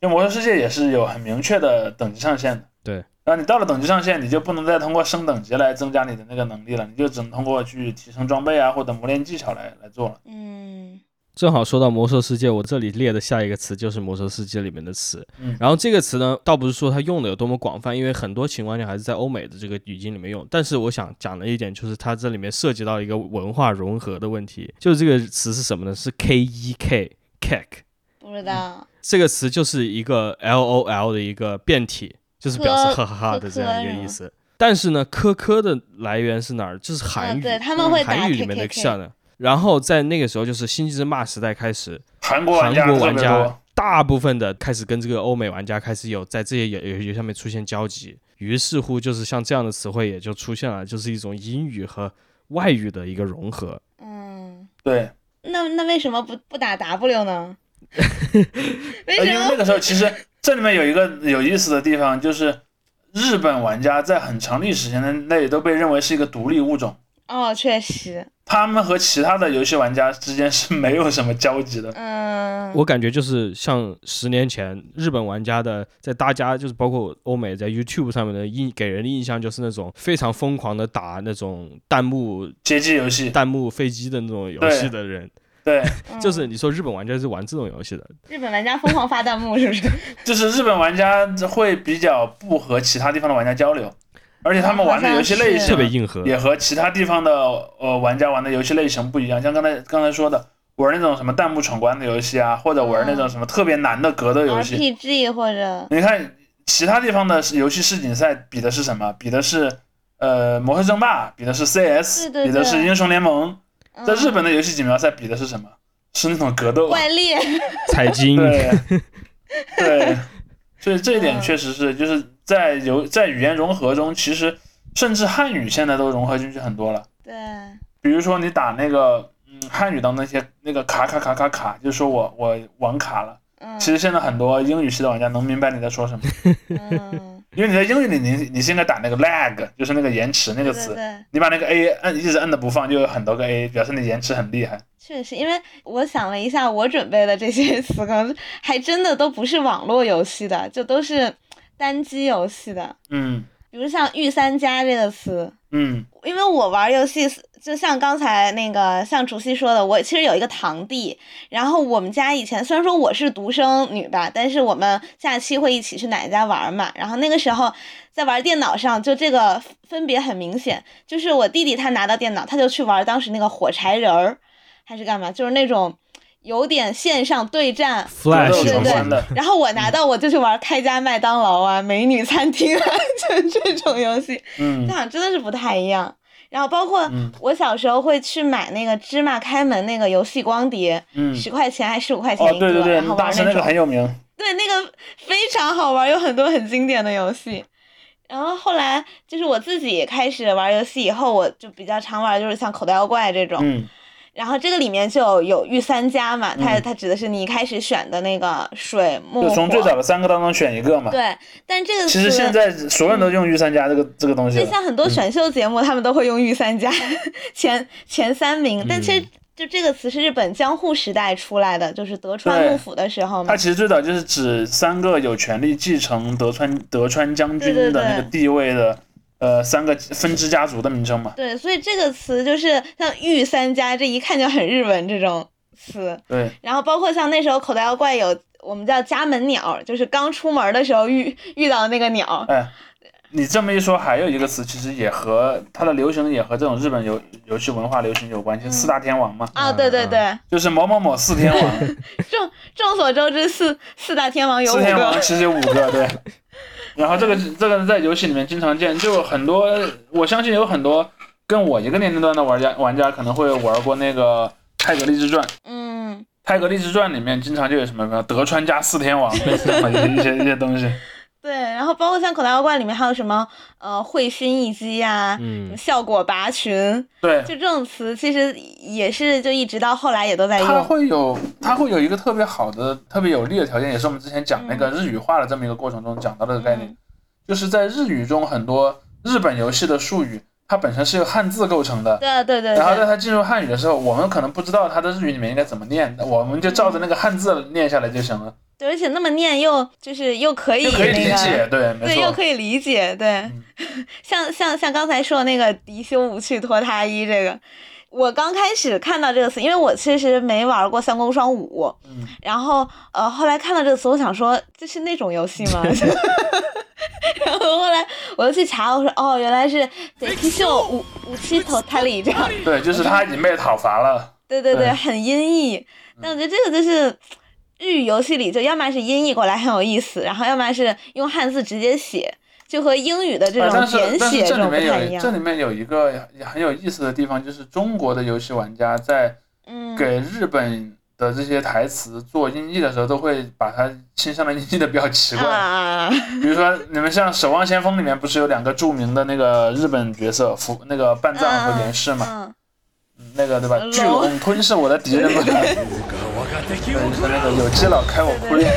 因为《魔兽世界》也是有很明确的等级上限的。对。然后你到了等级上限，你就不能再通过升等级来增加你的那个能力了，你就只能通过去提升装备啊或者磨练技巧来来做了。嗯，正好说到魔兽世界，我这里列的下一个词就是魔兽世界里面的词。嗯然后这个词呢，倒不是说它用的有多么广泛，因为很多情况下还是在欧美的这个语境里面用。但是我想讲的一点就是，它这里面涉及到一个文化融合的问题。就是这个词是什么呢？是 K E K Kek 不知道，这个词就是一个 L O L 的一个变体，就是表示科哈哈哈的这样一科科个是意吗思。但是呢，科科的来源是哪儿？就是韩嗯，语。对他们会打韩语 K 里面 K 的 K，像的。然后在那个时候，就是星际争霸时代开始，韩国玩韩家国特玩别家多，大部分的开始跟这个欧美玩家开始有在这些游游戏上面出现交集，于是乎就是像这样的词汇也就出现了，就是一种英语和外语的一个融合。嗯，对，那那为什么不不打 W 呢？为呃因什为么那个时候其实这里面有一个有意思的地方，就是日本玩家在很长历史前内都被认为是一个独立物种。哦，确实，他们和其他的游戏玩家之间是没有什么交集的。嗯，我感觉就是像十年前日本玩家的，在大家就是包括欧美在 YouTube 上面的印给人的印象就是那种非常疯狂的打那种弹幕街机游戏，弹幕飞机的那种游对戏的人，对，嗯就是你说日本玩家是玩这种游戏的，日本玩家疯狂发弹幕，是不是？就是日本玩家会比较不和其他地方的玩家交流，而且他们玩的游戏类嗯特型别硬核。也和其他地方的呃玩家玩的游戏类型不一样。像刚才刚才说的，玩那种什么弹幕闯关的游戏啊，或者玩那种什么特别难的格斗游戏， RPG 啊或者你看其他地方的游戏世锦赛比的是什么？比的是呃《魔兽争霸》，比的是 CS，对对比的是对英雄联盟。在日本的的游戏锦标赛比的是什么？是那种格斗。嗯啊怪力，财经，对，嗯对，所以这一点确实是，就是在游在语言融合中，其实甚至汉语现在都融合进去很多了。对，比如说你打那个嗯汉语当那些那个卡卡卡卡卡，就是说我我网卡了。嗯，其实现在很多英语系的玩家能明白你在说什么，嗯，因为你在英语里你你是应该打那个 lag，就是那个延迟那个对词，对对，你把那个 A 按一直摁的不放，就有很多个 A，表示你延迟很厉害。确实，因为我想了一下，我准备的这些 词可能还真的都不是网络游戏的，就都是单机游戏的，嗯比如像“御三家”这个词，嗯因为我玩游戏，就像刚才那个像竹溪说的，我其实有一个堂弟，然后我们家以前虽然说我是独生女吧，但是我们假期会一起去奶奶家玩嘛。然后那个时候在玩电脑上，就这个分别很明显，就是我弟弟他拿到电脑，他就去玩当时那个火柴人儿，还是干嘛，就是那种有点线上 对战。都 Flash 啊有对相对关的，然后我拿到我就去玩开家麦当劳啊、美女餐厅啊， 就这种游戏。嗯那好像真的是不太一样。然后包括嗯我小时候会去买那个芝麻开门那个游戏光碟，嗯，十、块钱还是十五块钱哦一个，对对对然后，玩当时那个种哦很有名，对那个非常好玩，有很多很经典的游戏。然后后来就是我自己开始玩游戏以后，我就比较常玩就是像口袋妖怪这种，嗯然后这个里面就有御三家嘛，它嗯它指的是你一开始选的那个水木就从火最早的三个当中选一个嘛。对，但这个其实词现在所有人都用御三家这个这个东西就了。像很多选秀节目，他们都会用“御三家” 前前三名，但其实嗯就这个词是日本江户时代出来的，就是德川对幕府的时候嘛它。其实最早就是指三个有权利继承德川德川将军对对对的那个地位的呃三个分支家族的名称嘛。对，所以这个词就是像“御三家”，这一看就很日文这种词。对，然后包括像那时候口袋妖怪有我们叫家门鸟，就是刚出门的时候遇遇到的那个鸟。哎，你这么一说，还有一个词其实也和它的流行也和这种日本游游戏文化流行有关系，四大天王嘛，嗯啊，对对对，就是某某某四天王， 众众所周知，四四大天王有五四天王个。其实有五个， 对。然后这个这个在游戏里面经常见，就很多，我相信有很多跟我一个年龄段的玩家玩家可能会玩过那个《泰格励志传》。《嗯，泰格励志传》里面经常就有什么德川家四天 王，类似这么一些一些东西。对，然后包括像口袋妖怪里面还有什么呃会心一击呀、什么嗯，效果拔群，对，就这种词其实也是就一直到后来也都在它用。会有它会有一个特别好的、特别有利的条件，也是我们之前讲那个日语化的这么一个过程中讲到的概念，嗯就是在日语中很多日本游戏的术语，它本身是由汉字构成的。对对对然后在对，它进入汉语的时候，我们可能不知道它的日语里面应该怎么念，我们就照着那个汉字念下来就行了，对，而且那么念又就是又可以就可以理那解个，。对，没对，又错，可以理解，对嗯， 像像像刚才说的那个“敌修无趣脱他衣”这个，我刚开始看到这个词，因为我其实没玩过《三国无双五》，嗯，然后呃，后来看到这个词，我想说这是那种游戏吗？ 然后后来我又去查，我说哦，原来是得踢秀五五七头泰里这样，对，就是他已经被讨伐了。对对对，对很音译。嗯但我觉得这个就是日语游戏里，就要么是音译过来很有意思，然后要么是用汉字直接写，就和英语的这啊，种但是简但写是这种里不面太一有这样。里面有一个很有意思的地方，就是中国的游戏玩家在嗯，给日本的这些台词做音译的时候，都会把它倾向的音译的比较奇怪。啊，比如说，你们像《守望先锋》里面不是有两个著名的那个日本角色福那个半藏和源氏嘛？嗯，那个对吧龙？巨龙吞噬我的敌人嘛？对，说那个有基佬开我铺垫。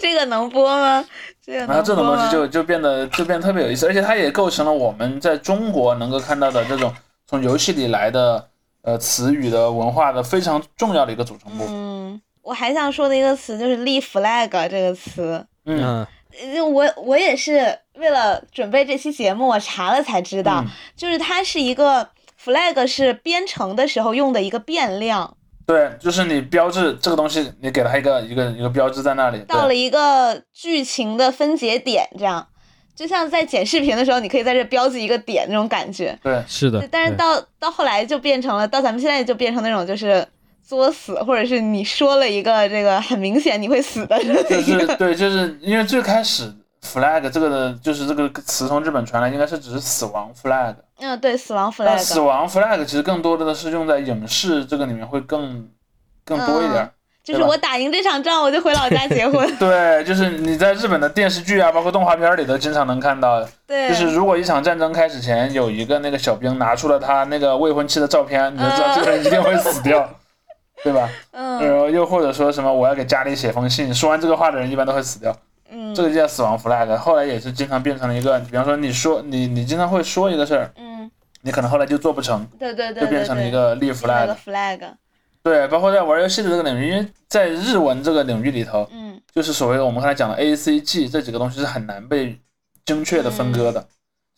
这个能播吗？这个然后能啊这种播东吗西？就就变得就变得特别有意思，而且它也构成了我们在中国能够看到的这种从游戏里来的呃词语的文化的非常重要的一个组成部分。嗯，我还想说的一个词就是立 flag 这个词，嗯，嗯呃我我也是为了准备这期节目，我查了才知道，嗯就是它是一个 flag 是编程的时候用的一个变量，对，就是你标志这个东西，你给它一个一个一个标志在那里。对到了一个剧情的分节点，这样就像在剪视频的时候，你可以在这标记一个点那种感觉。对，是的对，，但是对到到后来就变成了，到咱们现在就变成那种就是作死，或者是你说了一个这个很明显你会死的这就么一是个，对，就是因为最开始 flag 这个的，就是这个词从日本传来，应该是指死亡 flag。嗯，对，死亡但死 flag。亡 flag 其实更多的是用在影视这个里面会更更多一点儿。就是对吧我打赢这场仗，我就回老家结 婚。对，就是你在日本的电视剧啊，包括动画片里都经常能看到，对，就是如果一场战争开始前有一个那个小兵拿出了他那个未婚妻的照片，你就知道这个人一定会死掉， 对吧？嗯然后又或者说什么我要给家里写封信，说完这个话的人一般都会死掉，嗯这个就叫死亡 flag。后来也是经常变成了一个，比方说你说你你经常会说一个事儿，嗯，你可能后来就做不成，对对对就对对，变成了一个另立外一 flag 个。flag。对，包括在玩游戏的这个领域，因为在日文这个领域里头，嗯就是所谓我们刚才讲的 A、C、G 这几个东西是很难被精确的分割的，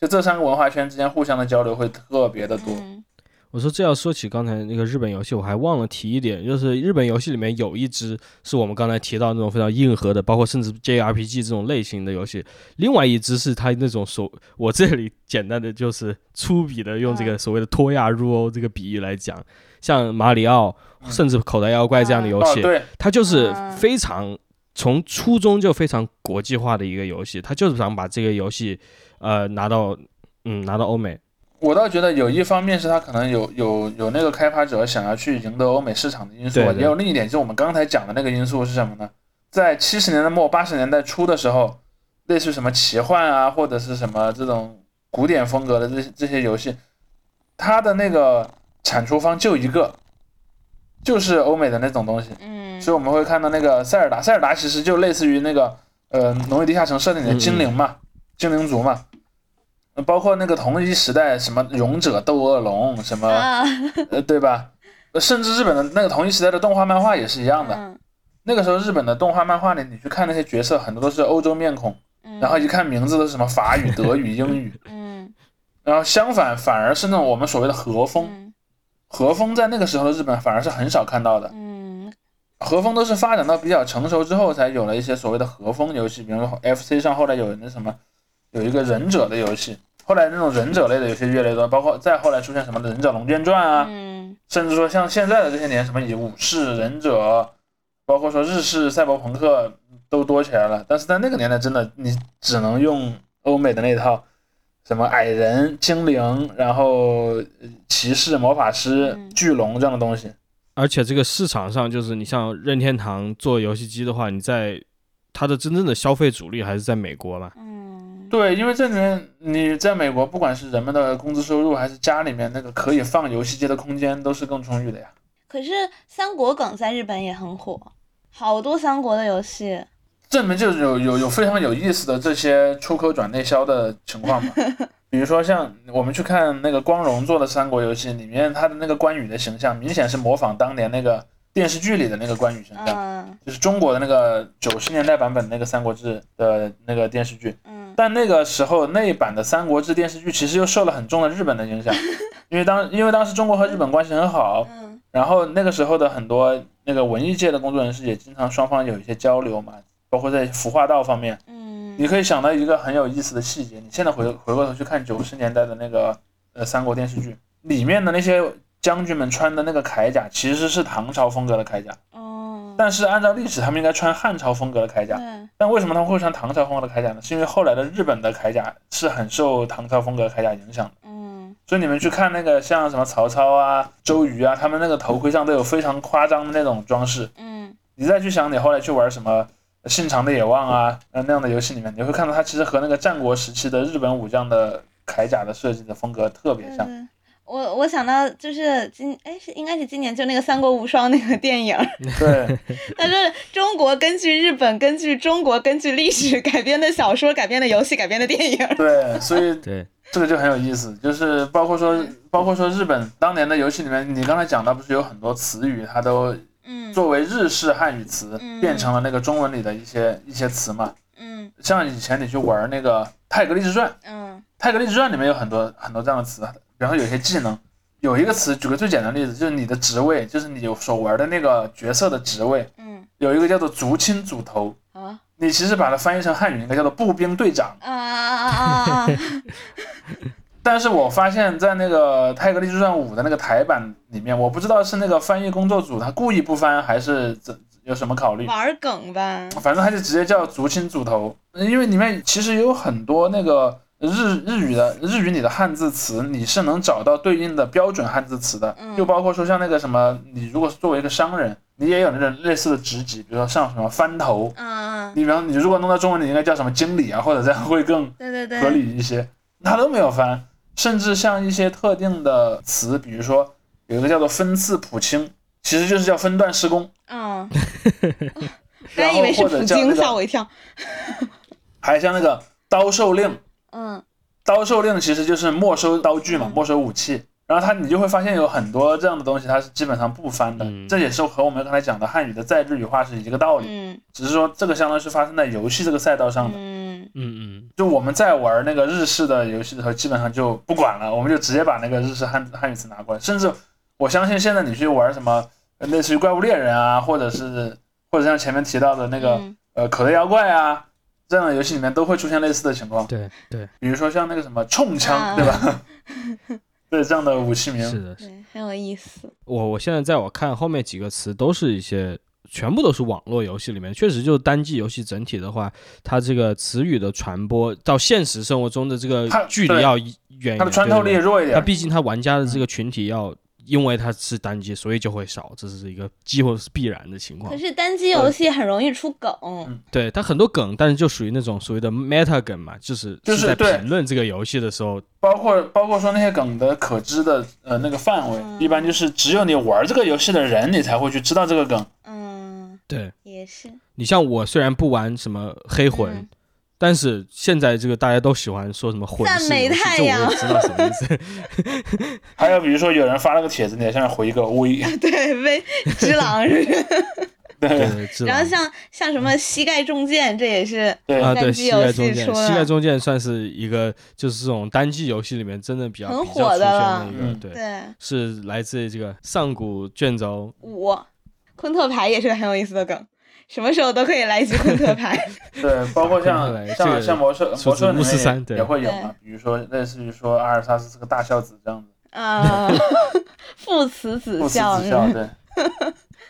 就这三个文化圈之间互相的交流会特别的多。嗯我说这要说起刚才那个日本游戏，我还忘了提一点，就是日本游戏里面有一支是我们刚才提到那种非常硬核的，包括甚至 JRPG 这种类型的游戏，另外一支是它那种所我这里简单的就是粗鄙的用嗯这个所谓的脱亚入欧这个比喻来讲，像马里奥嗯甚至口袋妖怪这样的游哦，戏，对，它就是嗯非常从初中就非常国际化的一个游戏，它就是想把这个游戏呃拿到嗯拿到欧美，我倒觉得有一方面是他可能有有有那个开发者想要去赢得欧美市场的因素，啊对对也有另一点就是我们刚才讲的那个因素是什么呢？在七十年代末八十年代初的时候，类似于什么奇幻啊，或者是什么这种古典风格的这这些游戏，它的那个产出方就一个，就是欧美的那种东西，嗯所以我们会看到那个塞尔达，塞尔达其实就类似于那个呃《农业地下城》设定里的精灵嘛，精灵族嘛，呃包括那个同一时代什么勇者斗恶龙什么、啊，呃对吧？呃甚至日本的那个同一时代的动画漫画也是一样的。嗯那个时候日本的动画漫画里，你去看那些角色，很多都是欧洲面孔，嗯，然后一看名字都是什么法语、德语、英 语，嗯然后相反反而是那种我们所谓的和风，嗯和风在那个时候的日本反而是很少看到的。嗯和风都是发展到比较成熟之后，才有了一些所谓的和风游戏，比如说 FC 上后来有那什么，有一个忍者的游戏，后来那种忍者类的游戏越来越多，包括再后来出现什么忍者龙剑传啊，嗯甚至说像现在的这些年什么以武士、忍者，包括说日式赛博朋克都多起来了。但是在那个年代，真的你只能用欧美的那一套，什么矮人、精灵，然后呃骑士、魔法师嗯、巨龙这样的东西。而且这个市场上，就是你像任天堂做游戏机的话，你在它的真正的消费主力还是在美国嘛？嗯，对，因为这里面你在美国，不管是人们的工资收入，还是家里面那个可以放游戏机的空间，都是更充裕的呀。可是三国梗在日本也很火，好多三国的游戏。这里面就有有有非常有意思的这些出口转内销的情况嘛，比如说像我们去看那个光荣做的三国游戏里面，他的那个关羽的形象，明显是模仿当年那个电视剧里的那个关羽形象，嗯就是中国的那个九十年代版本那个《三国志》的那个电视剧。嗯但那个时候那一版的《三国志》电视剧其实又受了很重的日本的影响，因为当因为当时中国和日本关系很好，嗯然后那个时候的很多那个文艺界的工作人士也经常双方有一些交流嘛，包括在服化道方面，你嗯可以想到一个很有意思的细节，你现在回回过头去看九十年代的那个呃三国电视剧里面的那些将军们穿的那个铠甲其实是唐朝风格的铠甲，哦，但是按照历史他们应该穿汉朝风格的铠甲。对，但为什么他们会穿唐朝风格的铠甲呢？是因为后来的日本的铠甲是很受唐朝风格的铠甲影响的，嗯所以你们去看那个像什么曹操啊、周瑜啊，他们那个头盔上都有非常夸张的那种装饰。嗯你再去想你后来去玩什么《信长的野望》啊，呃那样的游戏里面，你会看到它其实和那个战国时期的日本武将的铠甲的设计的风格特别对像。对。我我想到就是今哎是应该是今年就那个《三国无双》那个电影，对，它是中国根据日本、根据中国、根据历史 改编的小说、改编的游戏、改编的电影。对，所以对，这个就很有意思，就是包括说，包括说日本当年的游戏里面，你刚才讲到不是有很多词语，它都嗯作为日式汉语词嗯变成了那个中文里的一些一些词嘛。嗯像以前你去玩那个《泰格立志传》，《嗯泰格立志传》里面有很多很多这样的词，然后有些技能，有一个词，举个最简单的例子，就是你的职位，就是你所玩的那个角色的职位，嗯，有一个叫做族亲组头，啊你其实把它翻译成汉语应该叫做步兵队长。啊啊啊啊！但是我发现，在那个《泰格立志传五》的那个台版里面，我不知道是那个翻译工作组他故意不翻，还是怎有什么考虑。 玩儿梗吧，反正他就直接叫竹青组头，因为里面其实有很多那个日日语的日语里的汉字词，你是能找到对应的标准汉字词的嗯，就包括说像那个什么，你如果是作为一个商人，你也有那种类似的职级，比如说像什么翻头，嗯，嗯你比方你如果弄到中文，你应该叫什么经理啊，或者这样会更对对对，合理一些。它都没有翻，甚至像一些特定的词，比如说有一个叫做分次普清，其实就是叫分段施工， 嗯，然刚以后为是或者普叫京，那吓个，我一跳。还像那个刀售令，嗯刀售令其实就是没收刀具嘛，嗯没收武器。然后它你就会发现有很多这样的东西，它是基本上不翻的。嗯这也是和我们刚才讲的汉语的在日语化是一个道理，嗯只是说这个相当于是发生在游戏这个赛道上的。嗯嗯就我们在玩那个日式的游戏的时候，基本上就不管了，我们就直接把那个日式汉汉语词拿过来。甚至我相信现在你去玩什么呃类似于怪物猎人啊，或者是或者像前面提到的那个、嗯呃口袋妖怪啊这样的游戏里面，都会出现类似的情况嗯，。对对，比如说像那个什么冲啊枪，对吧？对这样的武是器名，的，对，很有意思。我我现在在我看后面几个词都是一些。全部都是网络游戏里面，确实就是单机游戏整体的话，它这个词语的传播到现实生活中的这个它距离对要远，它的穿透对力嗯弱一它点。毕竟它玩家的这个群体要，因为它是单机，所以就会少，这是一个几乎是必然的情况可。是单机游戏很容易出梗，嗯对它很多梗，但是就属于那种所谓的 meta 梗嘛，就是就是在对评论这个游戏的时候，包括包括说那些梗的可知的呃那个范围，嗯一般就是只有你玩这个游戏的人，你才会去知道这个梗。嗯，对也是，你像我虽然不玩什么黑魂，嗯但是现在这个大家都喜欢说什么魂赞是美游戏，太这我阳也知道什么意 思。还有比如说有人发了个帖子，你在下面回一个 V，对，为 只狼是不是？对对对，知道然后像像什嗯么膝盖中箭，这也是，对啊，单对，机膝游盖戏中间，出膝盖了中间算是一个就是这种单机游戏里面真的比较很比较火出的圈了的一个，嗯对，对，是来自这个上古卷轴五，昆特牌也是个很有意思的梗，什么时候都可以来一局昆特 牌。对，包括看来像这个像像魔兽出魔自兽里巫师三面对也也会有嘛，比如说类似于说阿尔萨斯是个大孝子这样子， 啊，父慈子不辞孝，自孝，对。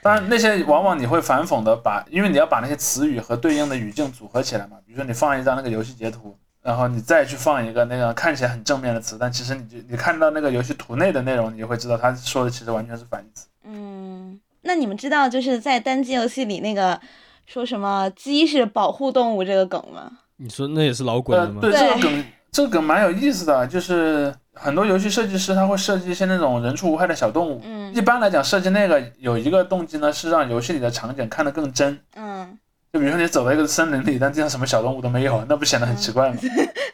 当然，那些往往你会反讽的把，因为你要把那些词语和对应的语境组合起来嘛。比如说，你放一张那个游戏截图，然后你再去放一个那个看起来很正面的词，但其实你就你看到那个游戏图内的内容，你就会知道他说的其实完全是反义词。嗯，那你们知道就是在单机游戏里那个说什么鸡是保护动物这个梗吗？你说那也是老滚呃的，吗？对对这个梗，这个梗蛮有意思的，就是很多游戏设计师他会设计一些那种人畜无害的小动物。嗯一般来讲，设计那个有一个动机呢，是让游戏里的场景看得更真。嗯，就比如说你走到一个森林里，但地上什么小动物都没有，那不显得很奇怪吗？嗯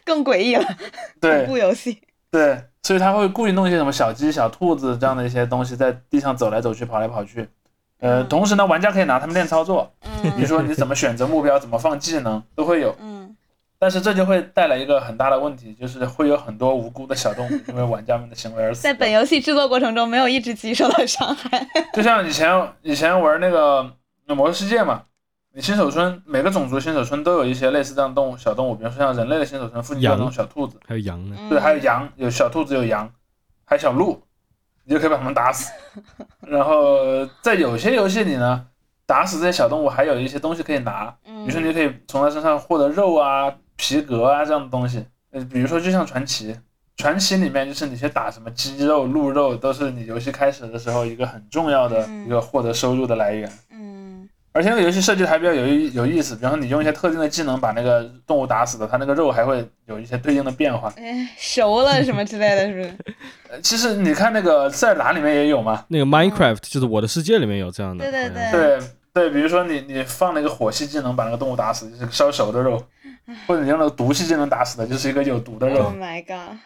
更诡异了，恐对 怖游戏。对，所以他会故意弄一些什么小鸡、小兔子这样的一些东西在地上走来走去、跑来跑去。呃，嗯同时呢，玩家可以拿它们练操作，比嗯如 说你怎么选择目标、怎么放技能都会有。嗯，但是这就会带来一个很大的问题，就是会有很多无辜的小动物因为玩家们的行为而死在掉。本游戏制作过程中，没有一只鸡受到伤害。就像以前以前玩那个《魔兽世界》嘛，你新手村每个种族新手村都有一些类似这样的动物小动物，比如说像人类的新手村附近就有那种羊小兔子，还有羊呢？对，还有嗯羊，有小兔子，有羊，还有小鹿，你就可以把它们打死。 然后在有些游戏里呢，打死这些小动物还有一些东西可以拿，比如说嗯你可以从它身上获得肉啊、皮革啊这样的东西。呃，比如说就像传奇，传奇里面就是你去打什么鸡肉、鹿肉，都是你游戏开始的时候一个很重要的嗯一个获得收入的来源。嗯而且那个游戏设计的还比较有意有意思，比方说你用一些特定的技能把那个动物打死的，它那个肉还会有一些对应的变化。哎，熟了什么之类的，是不是？其实你看那个塞尔达里面也有嘛，那个 Minecraft 就是《我的世界》里面有这样的，对对好像是嗯对对，比如说你你放了一个火系技能把那个动物打死，就是个烧熟的肉，或者你用那个毒系技能打死的，就是一个有毒的 Oh 肉。 my god，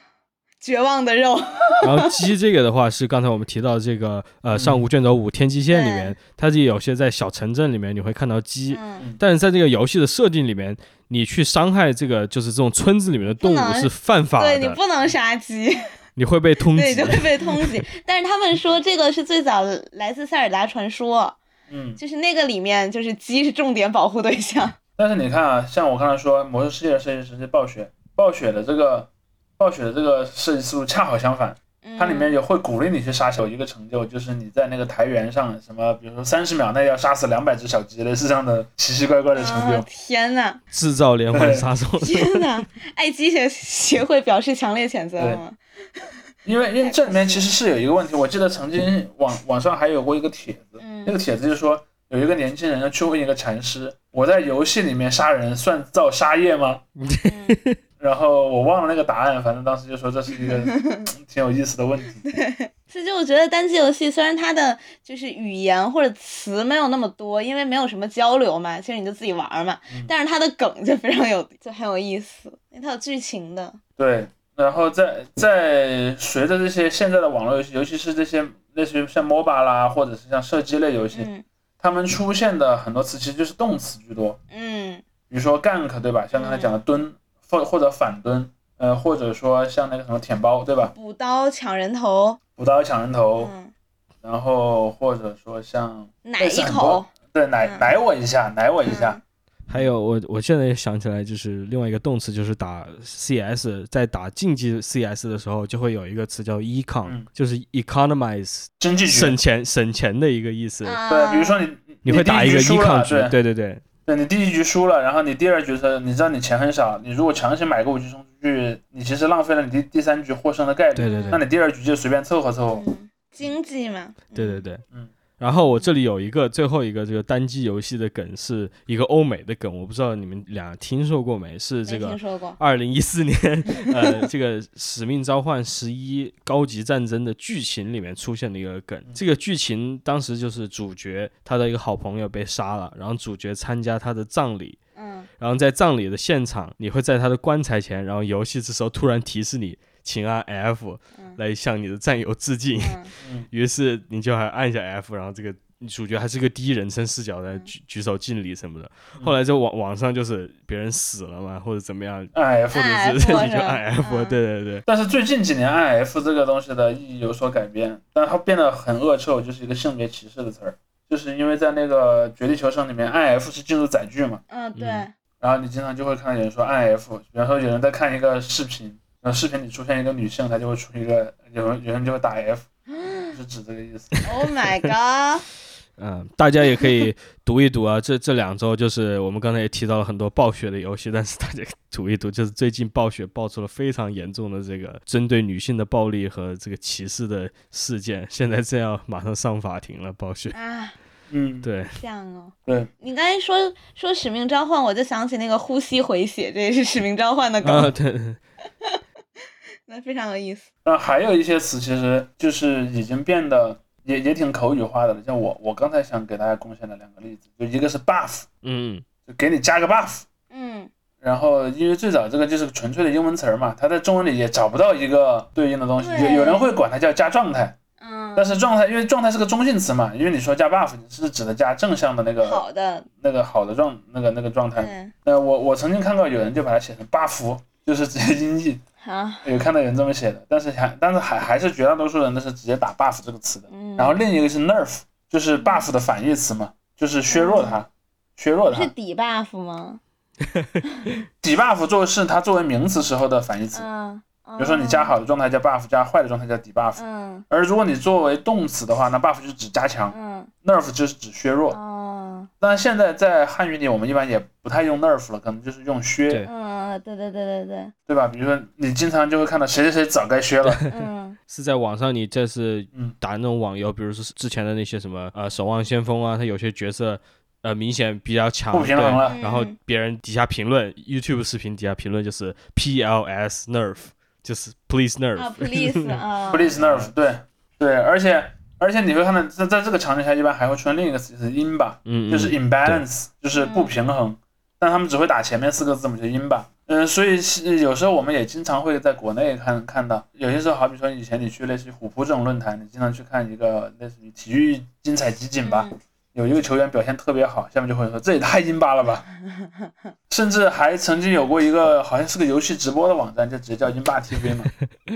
绝望的肉。然后鸡这个的话是刚才我们提到这个呃《上古卷轴五天际线》里面嗯，它就有些在小城镇里面你会看到鸡，嗯，但是在这个游戏的设定里面，你去伤害这个就是这种村子里面的动不能物是犯法对你的，不能杀鸡。你会被通对，就缉。会被通缉。但是他们说这个是最早来自塞尔达传说，嗯，就是那个里面就是鸡是重点保护对象。但是你看啊，像我刚才说《魔兽世界》的设计师是暴雪，暴雪的这个暴雪的这个设计思路恰好相反，嗯、 它里面也会鼓励你去杀小一个成就，就是你在那个台原上什么，比如说三十秒内要杀死两百只小鸡，类似这样的奇奇怪怪的成就啊。天呐，制造 连环杀手，天呐！爱鸡协协会表示强烈谴责对吗？因为因为这里面其实是有一个问题，我记得曾经网网上还有过一个帖子，那嗯个帖子就是说有一个年轻人要去问一个禅师，我在游戏里面杀人算造杀业吗？嗯然后我忘了那个答案，反正当时就说这是 一个挺有意思的问题。所以就我觉得单机游戏虽然它的就是语言或者词没有那么多，因为没有什么交流嘛，其实你就自己玩儿嘛，嗯但是它的梗就非常有，就很有意思，因为它有剧情的。对，然后在在随着这些现在的网络游戏，尤其是这些类似于像 MOBA 啦，或者是像射击类游戏，嗯他们出现的很多词其实就是动词居多，嗯比如说 gank 对吧？像刚才讲的蹲，或或者反蹲，呃，或者说像那个什么舔包对吧？补刀抢人头，补刀抢人头，嗯，然后或者说像奶类一似很口多，对奶嗯奶我一下，奶我一下，还有我我现在想起来，就是另外一个动词，就是打 CS，在打竞技 CS 的时候，就会有一个词叫 econ，、嗯就是 economize，嗯经济局省钱省钱的一个意思。啊，对，比如说你你会打第一局个输了 econ 局，对对对对，对你第一局输了，然后你第二局的时候，你知道你钱很少，你如果强行买个武器冲出去，你其实浪费了你第第三局获胜的概率。对对对那你第二局就随便凑合凑合。嗯，经济嘛，对对嗯，对，嗯。然后我这里有一个最后一个这个单机游戏的梗，是一个欧美的梗，我不知道你们俩听说过没？是这没个听说过，二零一四年，呃， 这个《使命召唤十一：高级战争》的剧情里面出现的一个嗯梗。这个剧情当时就是主角他的一个好朋友被杀了，然后主角参加他的葬礼，嗯，然后在葬礼的现场，你会在他的棺材前，然后游戏这时候突然提示你，请按 F 嗯来向你的战友致敬。嗯于是你就还按一下 F，然后这个主角还是个第一人称视角在嗯举举手敬礼什么的。后来就网网上就是别人死了嘛，或者怎么样，按 F，或者 IF 是是 吧你就按 F，嗯对对对，但是最近几年按 F 这个东西的意义有所改变，但它变得很恶臭，就是一个性别歧视的词儿。就是因为在那个《绝地求生》里面，按 F 是进入载具嘛，嗯，对，然后你经常就会看到有人说按 F，比方说有人在看一个视频，然后视频里出现一个女性，她就会出一个有人有人就会打 F，就是指这个意思。 Oh my god！嗯，大家也可以读一读啊。这这两周就是我们刚才也提到了很多暴雪的游戏，但是大家可以读一读，就是最近暴雪爆出了非常严重的这个针对女性的暴力和这个歧视的事件，现在正要马上上法庭了，暴雪。啊，嗯，对，像哦。对，你刚才说说使命召唤，我就想起那个呼吸回血，这也是使命召唤的啊，嗯梗，对，那非常有意思。那还有一些词，其实就是已经变得也也挺口语化的了。像我我刚才想给大家贡献的两个例子，就一个是 buff， 嗯，就给你加个 buff。嗯然后因为最早这个就是纯粹的英文词儿嘛，它在中文里也找不到一个对应的东西。对有有人会管它叫加状态，嗯但，是状态因为状态是个中性词嘛，因为你说加 buff 你是指的加正向的那个好嗯的，那个好的状那个那个状态。对，那我我曾经看过有人就把它写成 buff，就是直接音译，好，有看到有人这么写的，但是还但是还还是绝大多数人都是直接打 buff 这个词的。嗯，然后另一个是 nerf，就是 buff 的反义词嘛，就是削弱它，削弱嗯它是。底 buff 吗？底 buff 作为是它作为名词时候的反义词，嗯，比如说你加好的状态叫 buff，加坏的状态叫 debuff。嗯，而如果你作为动词的话，那 buff 就是指加强嗯，nerf 就是指削嗯，弱。哦，但现在在汉语里，我们一般也不太用 nerf 了，可能就是用削对，嗯，对对对 对对吧？比如说你经常就会看到谁谁谁早该削了，对，嗯是在网上，你这是嗯打那种网游，比如说之前的那些什么呃《守望先锋》啊，它有些角色呃明显比较强，不平衡对了。嗯然后别人底下评论，YouTube 视频底下评论就是 PLS nerf，就是 Please 啊 nerf， ，please 啊 Please 嗯 nerf，对对，而且而且你会看到在在这个场景下，一般还会出现另一个词，就是 in 吧，嗯，就是嗯 imbalance，就是不平衡，但他们只会打前面四个字母，就 in 吧。嗯，所以是有时候我们也经常会在国内看看到，有些时候好比说以前你去类似于虎扑这种论坛，你经常去看一个类似于体育精彩集锦嗯吧，，有一个球员表现特别好，下面就会说这也太阴巴了吧，甚至还曾经有过一个好像是个游戏直播的网站，就直接叫阴霸 TV 嘛，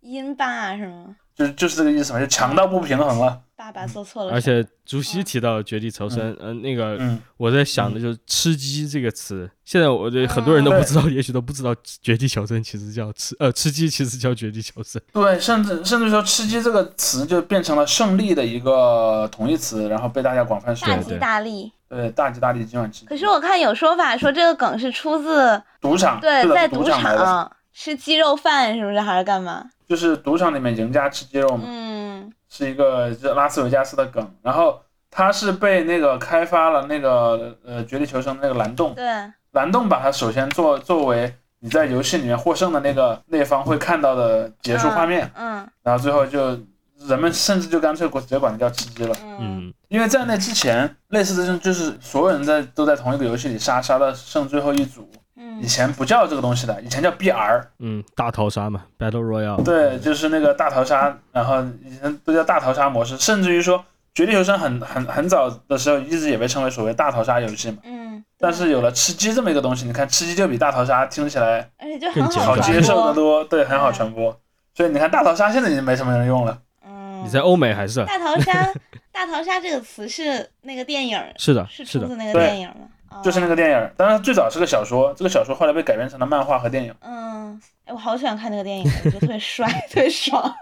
音霸是吗？就就是这个意思嘛，就强到不平衡了，爸爸做错了而什么，且竹啊溪提到《绝地求生》，嗯，那个嗯，我在想的就是“吃鸡”这个词，现在我这很多人啊都不知道，也许都不知道《绝地求生》其实叫吃，呃，吃鸡其实叫《绝地求生》。对，甚至甚至说“吃鸡”这个词就变成了胜利的一个同义词，然后被大家广泛使大用对。吉对大利。对，大吉大利今晚吃鸡。可是我看有说法说这个梗是出自赌场，对的在赌赌场来的。场，啊吃鸡肉饭是不是还是干嘛？就是赌场里面赢家吃鸡肉嘛，嗯，是一个拉斯维加斯的梗。然后他是被那个开发了那个呃《绝地求生》的那个蓝洞，对，蓝洞把它首先作作为你在游戏里面获胜的那个那方会看到的结束画面，嗯然后最后就人们甚至就干脆直接管它叫吃鸡了。嗯嗯，因为在那之前，类似的就是所有人在都在同一个游戏里杀，杀到剩最后一组。嗯以前不叫这个东西的，以前叫 BR，嗯，大逃杀嘛，Battle Royale。对，就是那个大逃杀，然后以前都叫大逃杀模式，甚至于说《绝地求生很》很很早的时候，一直也被称为所谓大逃杀游戏嘛。嗯，但是有了吃鸡这么一个东西，你看吃鸡就比大逃杀听起来而且就更很简好单接传受的播。多，对，很好传播。所以你看大逃杀现在已经没什么人用了，嗯你，在欧美还是大逃杀，大逃杀这个词是那个电影儿，是的，是啊是出的，自那个对电影吗？哦就是那个电影，当然最早是个小说，这个小说后来被改编成了漫画和电影。嗯，哎，我好喜欢看那个电影，我觉得特别帅，特别爽。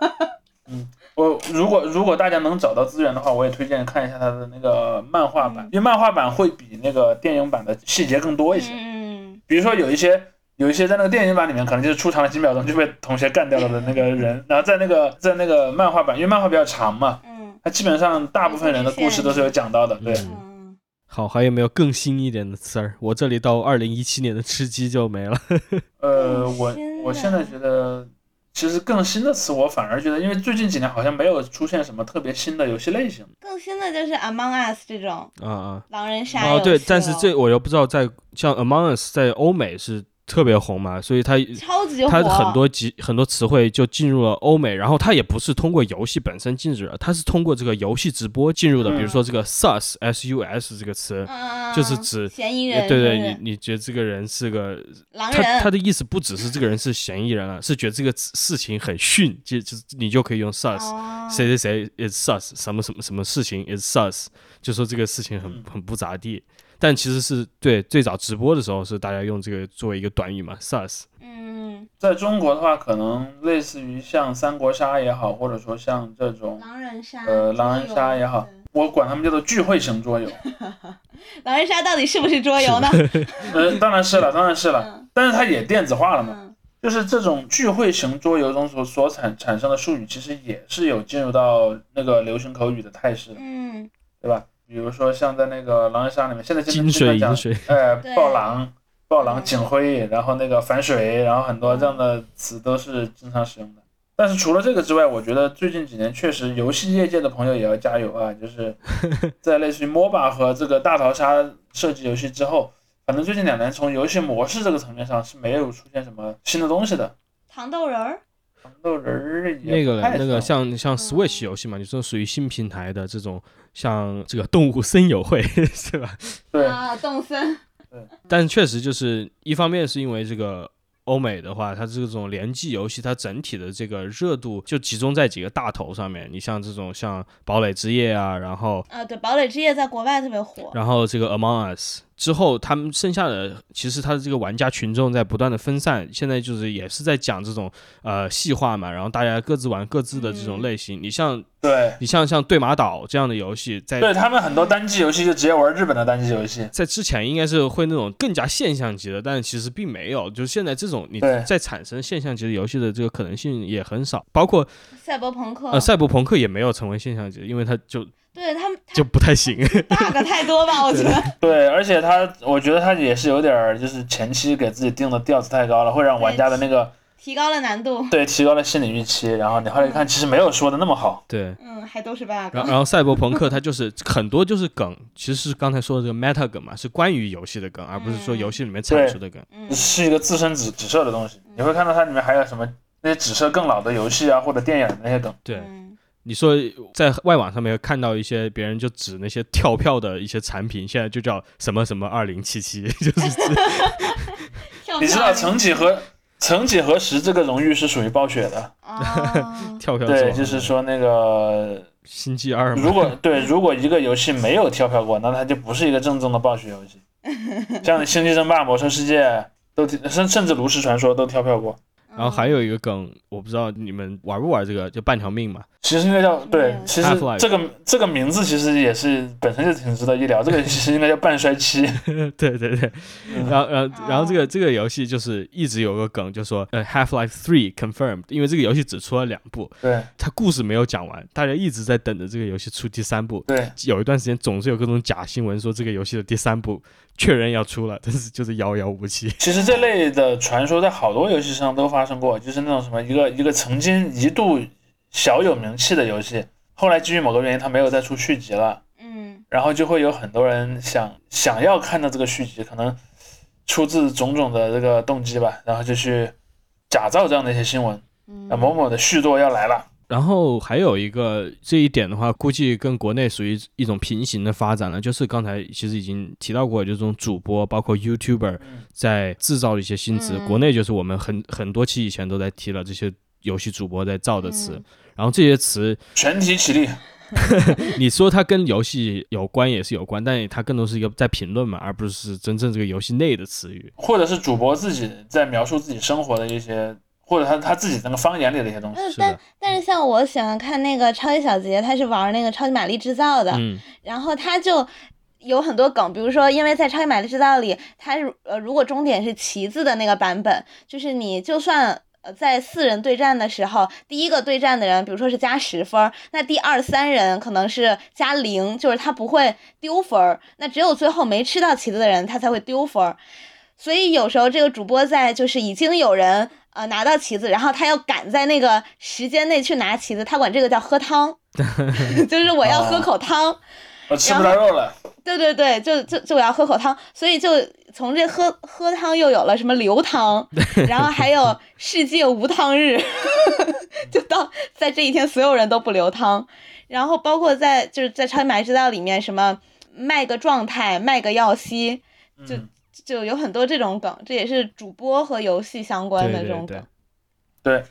我如果如果大家能找到资源的话，我也推荐看一下它的那个漫画版，嗯因为漫画版会比那个电影版的细节更多一些。嗯，比如说有一些有一些在那个电影版里面可能就是出场了几秒钟就被同学干掉了的那个人，然后在那个在那个漫画版，因为漫画比较长嘛，嗯它基本上大部分人的故事都是有讲到的。对，嗯嗯嗯，好，还有没有更新一点的词儿？我这里到二零一七年的吃鸡就没了。呃，更我新的我现在觉得。其实更新的词，我反而觉得，因为最近几年好像没有出现什么特别新的游戏类型。更新的就是 Among Us 这种 啊啊！狼人杀游哦，戏对，但是了这我又不知道在像 Among Us 在欧美是特别红嘛，所以它超级火，它很多集很多词汇就进入了欧美，然后它也不是通过游戏本身进入的，它是通过这个游戏直播进入的。嗯比如说这个 sus s u s 这个词，嗯，就是指嫌疑也人，对就对，是你你觉得这个人是个，狼他人，他的意思不只是这个人是嫌疑人了，是觉得这个事情很逊，就就你就可以用 sus。哦谁谁谁 is sus，什么什么什么事情 is sus，就说这个事情很嗯很不咋地。但其实是对最早直播的时候是大家用这个作为一个短语嘛，sus。嗯，在中国的话，可能类似于像三国杀也好，或者说像这种狼人杀，呃狼人杀也好桌游，我管他们叫做聚会 型桌游。对狼人杀到底是不是桌游呢？呃，当然是了，当然是了，嗯但是它也电子化了嘛。嗯就是这种聚会型桌游中所所产产生的术语，其实也是有进入到那个流行口语的态势的，嗯，对吧？比如说像在那个狼人杀里面，现在经金常经水常讲银水，呃，对爆狼、爆狼、嗯警徽，然后那个反水，然后很多这样的词都是经常使用的。但是除了这个之外，我觉得最近几年确实游戏业界的朋友也要加油啊！就是 在类似于 MOBA 和这个大逃杀射击游戏之后，反正最近两年从游戏模式这个层面上是没有出现什么新的东西的。糖豆人儿，糖豆人儿也那个不太那个知道嗯像像 Switch 游戏嘛，你说属于新平台的这种，像这个动物森友会 是吧？对啊，动森，但确实就是一方面是因为这个欧美的话，它这种联机游戏，它整体的这个热度就集中在几个大头上面。你像这种像堡垒之夜啊，然后啊，对，堡垒之夜在国外特别火，然后这个 Among Us 之后，他们剩下的其实它的这个玩家群众在不断的分散，现在就是也是在讲这种呃细化嘛，然后大家各自玩各自的这种类型。你像对你像像对马岛这样的游戏，在对他们很多单机游戏就直接玩日本的单机游戏，在之前应该是会那种更加现象级的，但是其实并没有。就是现在这种你对嗯在产生现象级的游戏的这个可能性也很少，包括赛博朋克呃，赛博朋克也没有成为现象级，因为它 就对他们他就不太行。 bug 太多吧，我觉得对，而且他，我觉得他也是有点儿，就是前期给自己定的调子太高了，会让玩家的那个提高了难度，对提高了心理预期，然后你后来一看，其实没有说的那么好。对，嗯，还都是 bug，然后然后赛博朋克它就是很多就是梗， 其实是刚才说的这个 meta 梗嘛，是关于游戏的梗，而不是嗯说游戏里面产出的梗。嗯是一个自身指指涉的东西，你会看到它里面还有什么那些指涉更老的游戏啊，或者电影的那些梗。对，嗯你说在外网上面看到一些别人就指那些跳票的一些产品，现在就叫什么什么二零七七， 就是，跳你知票道那曾个几何曾几何时这个荣誉是属于暴雪的，啊跳票对，做就是说那个星际二嘛。 如果对如果一个游戏没有跳票过，那它就不是一个正宗的暴雪游戏，像《星际争霸》《魔兽世界》都甚甚至《炉石传说》都跳票过。 然嗯后还有一个梗，我不知道你们玩不玩这个，就半条命嘛。 其实应该叫对，其实 Half-Life 这个这个名字其实也是本身就挺值得一聊。这个 其实应该叫半衰期，对对对，然后然后然后这个这个游戏就是一直有个梗，就说呃 Half Life Three confirmed，因为这个游戏只出了两部， 对它故事没有讲完，大家一直在等着这个游戏出第三部。对，有一段时间总是有各种假新闻说这个游戏的第三部确认要出了，但是就是遥遥无期。其实这类的传说在好多游戏上都发生过，就是那种什么一个一个曾经一度小有名气的游戏，后来基于某个原因它没有再出续集了，嗯，然后就会有很多人想想要看到这个续集，可能出自种种的这个动机吧，然后就去假造这样的一些新闻，啊某某的续作要来了，然后还有一个这一点的话，估计跟国内属于一种平行的发展了，就是刚才其实已经提到过，就是这种主播包括 YouTuber 在制造一些新词，嗯国内就是我们很很多期以前都在提了这些游戏主播在造的词，嗯然后这些词全体起立，你说它跟游戏有关也是有关，但它更多是一个在评论嘛，而不是真正这个游戏内的词语。或者是主播自己在描述自己生活的一些，或者他他自己那个方言里的一些东西。嗯是但的，但是像我喜欢看那个超级小杰，他是玩那个超级玛丽制造的，嗯，然后他就有很多梗，比如说，因为在《超级玛丽制造》里，他如呃如果终点是旗子的那个版本，就是你就算。呃，在四人对战的时候，第一个对战的人，比如说是加十分儿，那第二三人可能是加零，就是他不会丢分儿。那只有最后没吃到旗子的人，他才会丢分儿。所以有时候这个主播在就是已经有人呃拿到旗子，然后他要赶在那个时间内去拿旗子，他管这个叫喝汤， 就是我要喝口汤。我呃吃不到肉了，对对对，就就就我要喝口汤，所以就从这喝喝汤又有了什么 流汤，然后还有世界无汤日， 就到在这一天所有人都不流汤，然后包括在就是在《超级玛丽制造》里面什么卖个状态，卖个耀西，就嗯，就有很多这种梗，这也是主播和游戏相关对的这对种对梗。，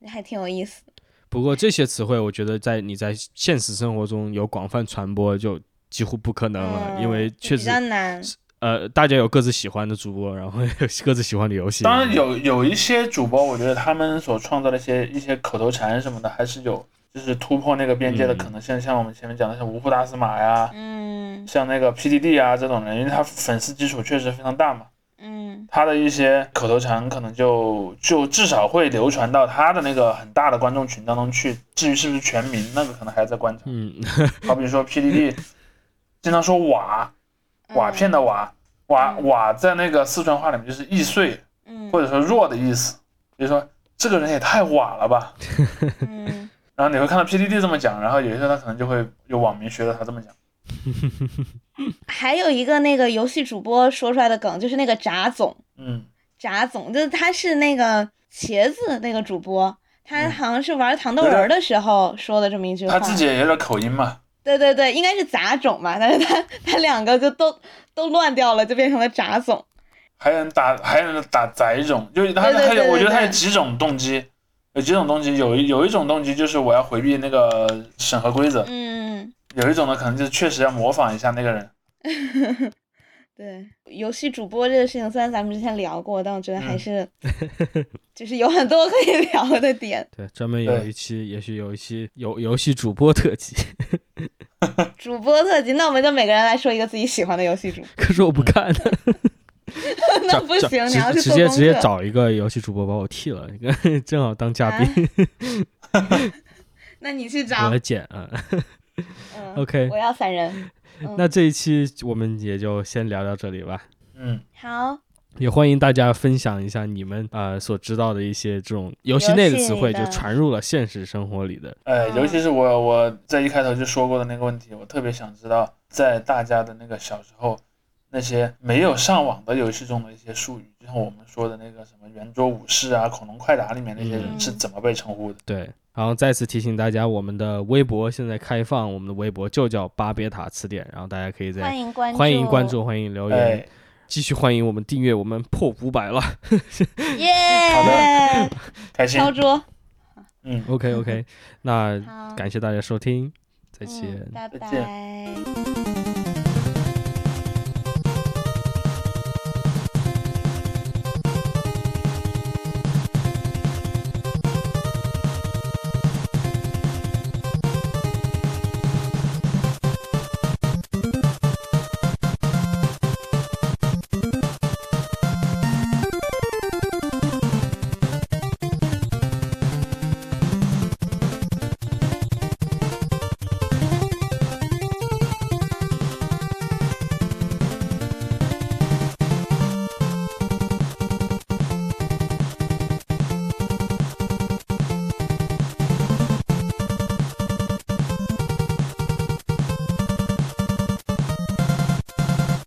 对，还挺有意思的。不过这些词汇，我觉得在你在现实生活中有广泛传播，就几乎不可能了，因为嗯确比实较，难。呃，大家有各自喜欢的主播，然后有各自喜欢的游戏。当然，有有一些主播，我觉得他们所创造的一些一些口头禅什么的，还是有就是突破那个边界的嗯可能性。像我们前面讲的，像芜湖大司马呀，嗯像那个 PDD 啊这种人，因为他粉丝基础确实非常大嘛，嗯他的一些口头禅可能就就至少会流传到他的那个很大的观众群当中去。至于是不是全民，那个可能还在观察。嗯， 好比说 PDD 经常说瓦嗯瓦片的瓦瓦瓦，在那个四川话里面就是易碎。嗯或者说弱的意思，比如说这个人也太瓦了吧。嗯然后你会看到 PDD 这么讲，然后有一些他可能就会有网民学着他这么讲。还有一个那个游戏主播说出来的梗，就是那个炸总，嗯，炸总就是他是那个茄子那个主播，他嗯好像是玩糖豆人儿的时候说的这么一句话。他自己也有点口音嘛。对对对，应该是杂种吧，但是他他两个就都都乱掉了，就变成了 炸总。还有人打，还有人打宅种，就是他对对他有，对我觉得对他有几种动机，有几种动机，有一有一种动机就是我要回避那个审核规则，嗯，有一种呢可能就是确实要模仿一下那个人。对，游戏主播这个事情虽然咱们之前聊过，但我觉得还 嗯是、就是有很多可以聊的点。对，专门有对一期，也许有一期游游戏主播特辑， 主播特辑，那我们就每个人来说一个自己喜欢的游戏主播。可是我嗯不 看，那不找行，你直要去直做接功直接课找一个游戏主播把我替了， 正好当嘉宾、哎 那你去我哎找来。剪啊。嗯 OK，我要散人。嗯那这一期我们也就先聊到这里吧。嗯，好，也欢迎大家分享一下你们呃所知道的一些这种游戏游内的戏词汇，的就传入了现实生活里的。呃，嗯尤其是我我在一开头就说过的那个问题，我特别想知道，在大家的那个小时候，那些没有上网的游戏中的一些术语，就像我们说的那个什么圆桌武士啊、恐龙快打里面那些人嗯是怎么被称呼的？对，然后再次提醒大家，我们的微博现在开放，我们的微博就叫巴别塔词典，然后大家可以在欢迎关注，欢迎关，注，欢迎嗯留言哎，，继续欢迎我们订阅，我们破五百了。好耶！开心，敲桌，嗯， OK OK，那好，感谢大家收听，再嗯见。拜再见拜。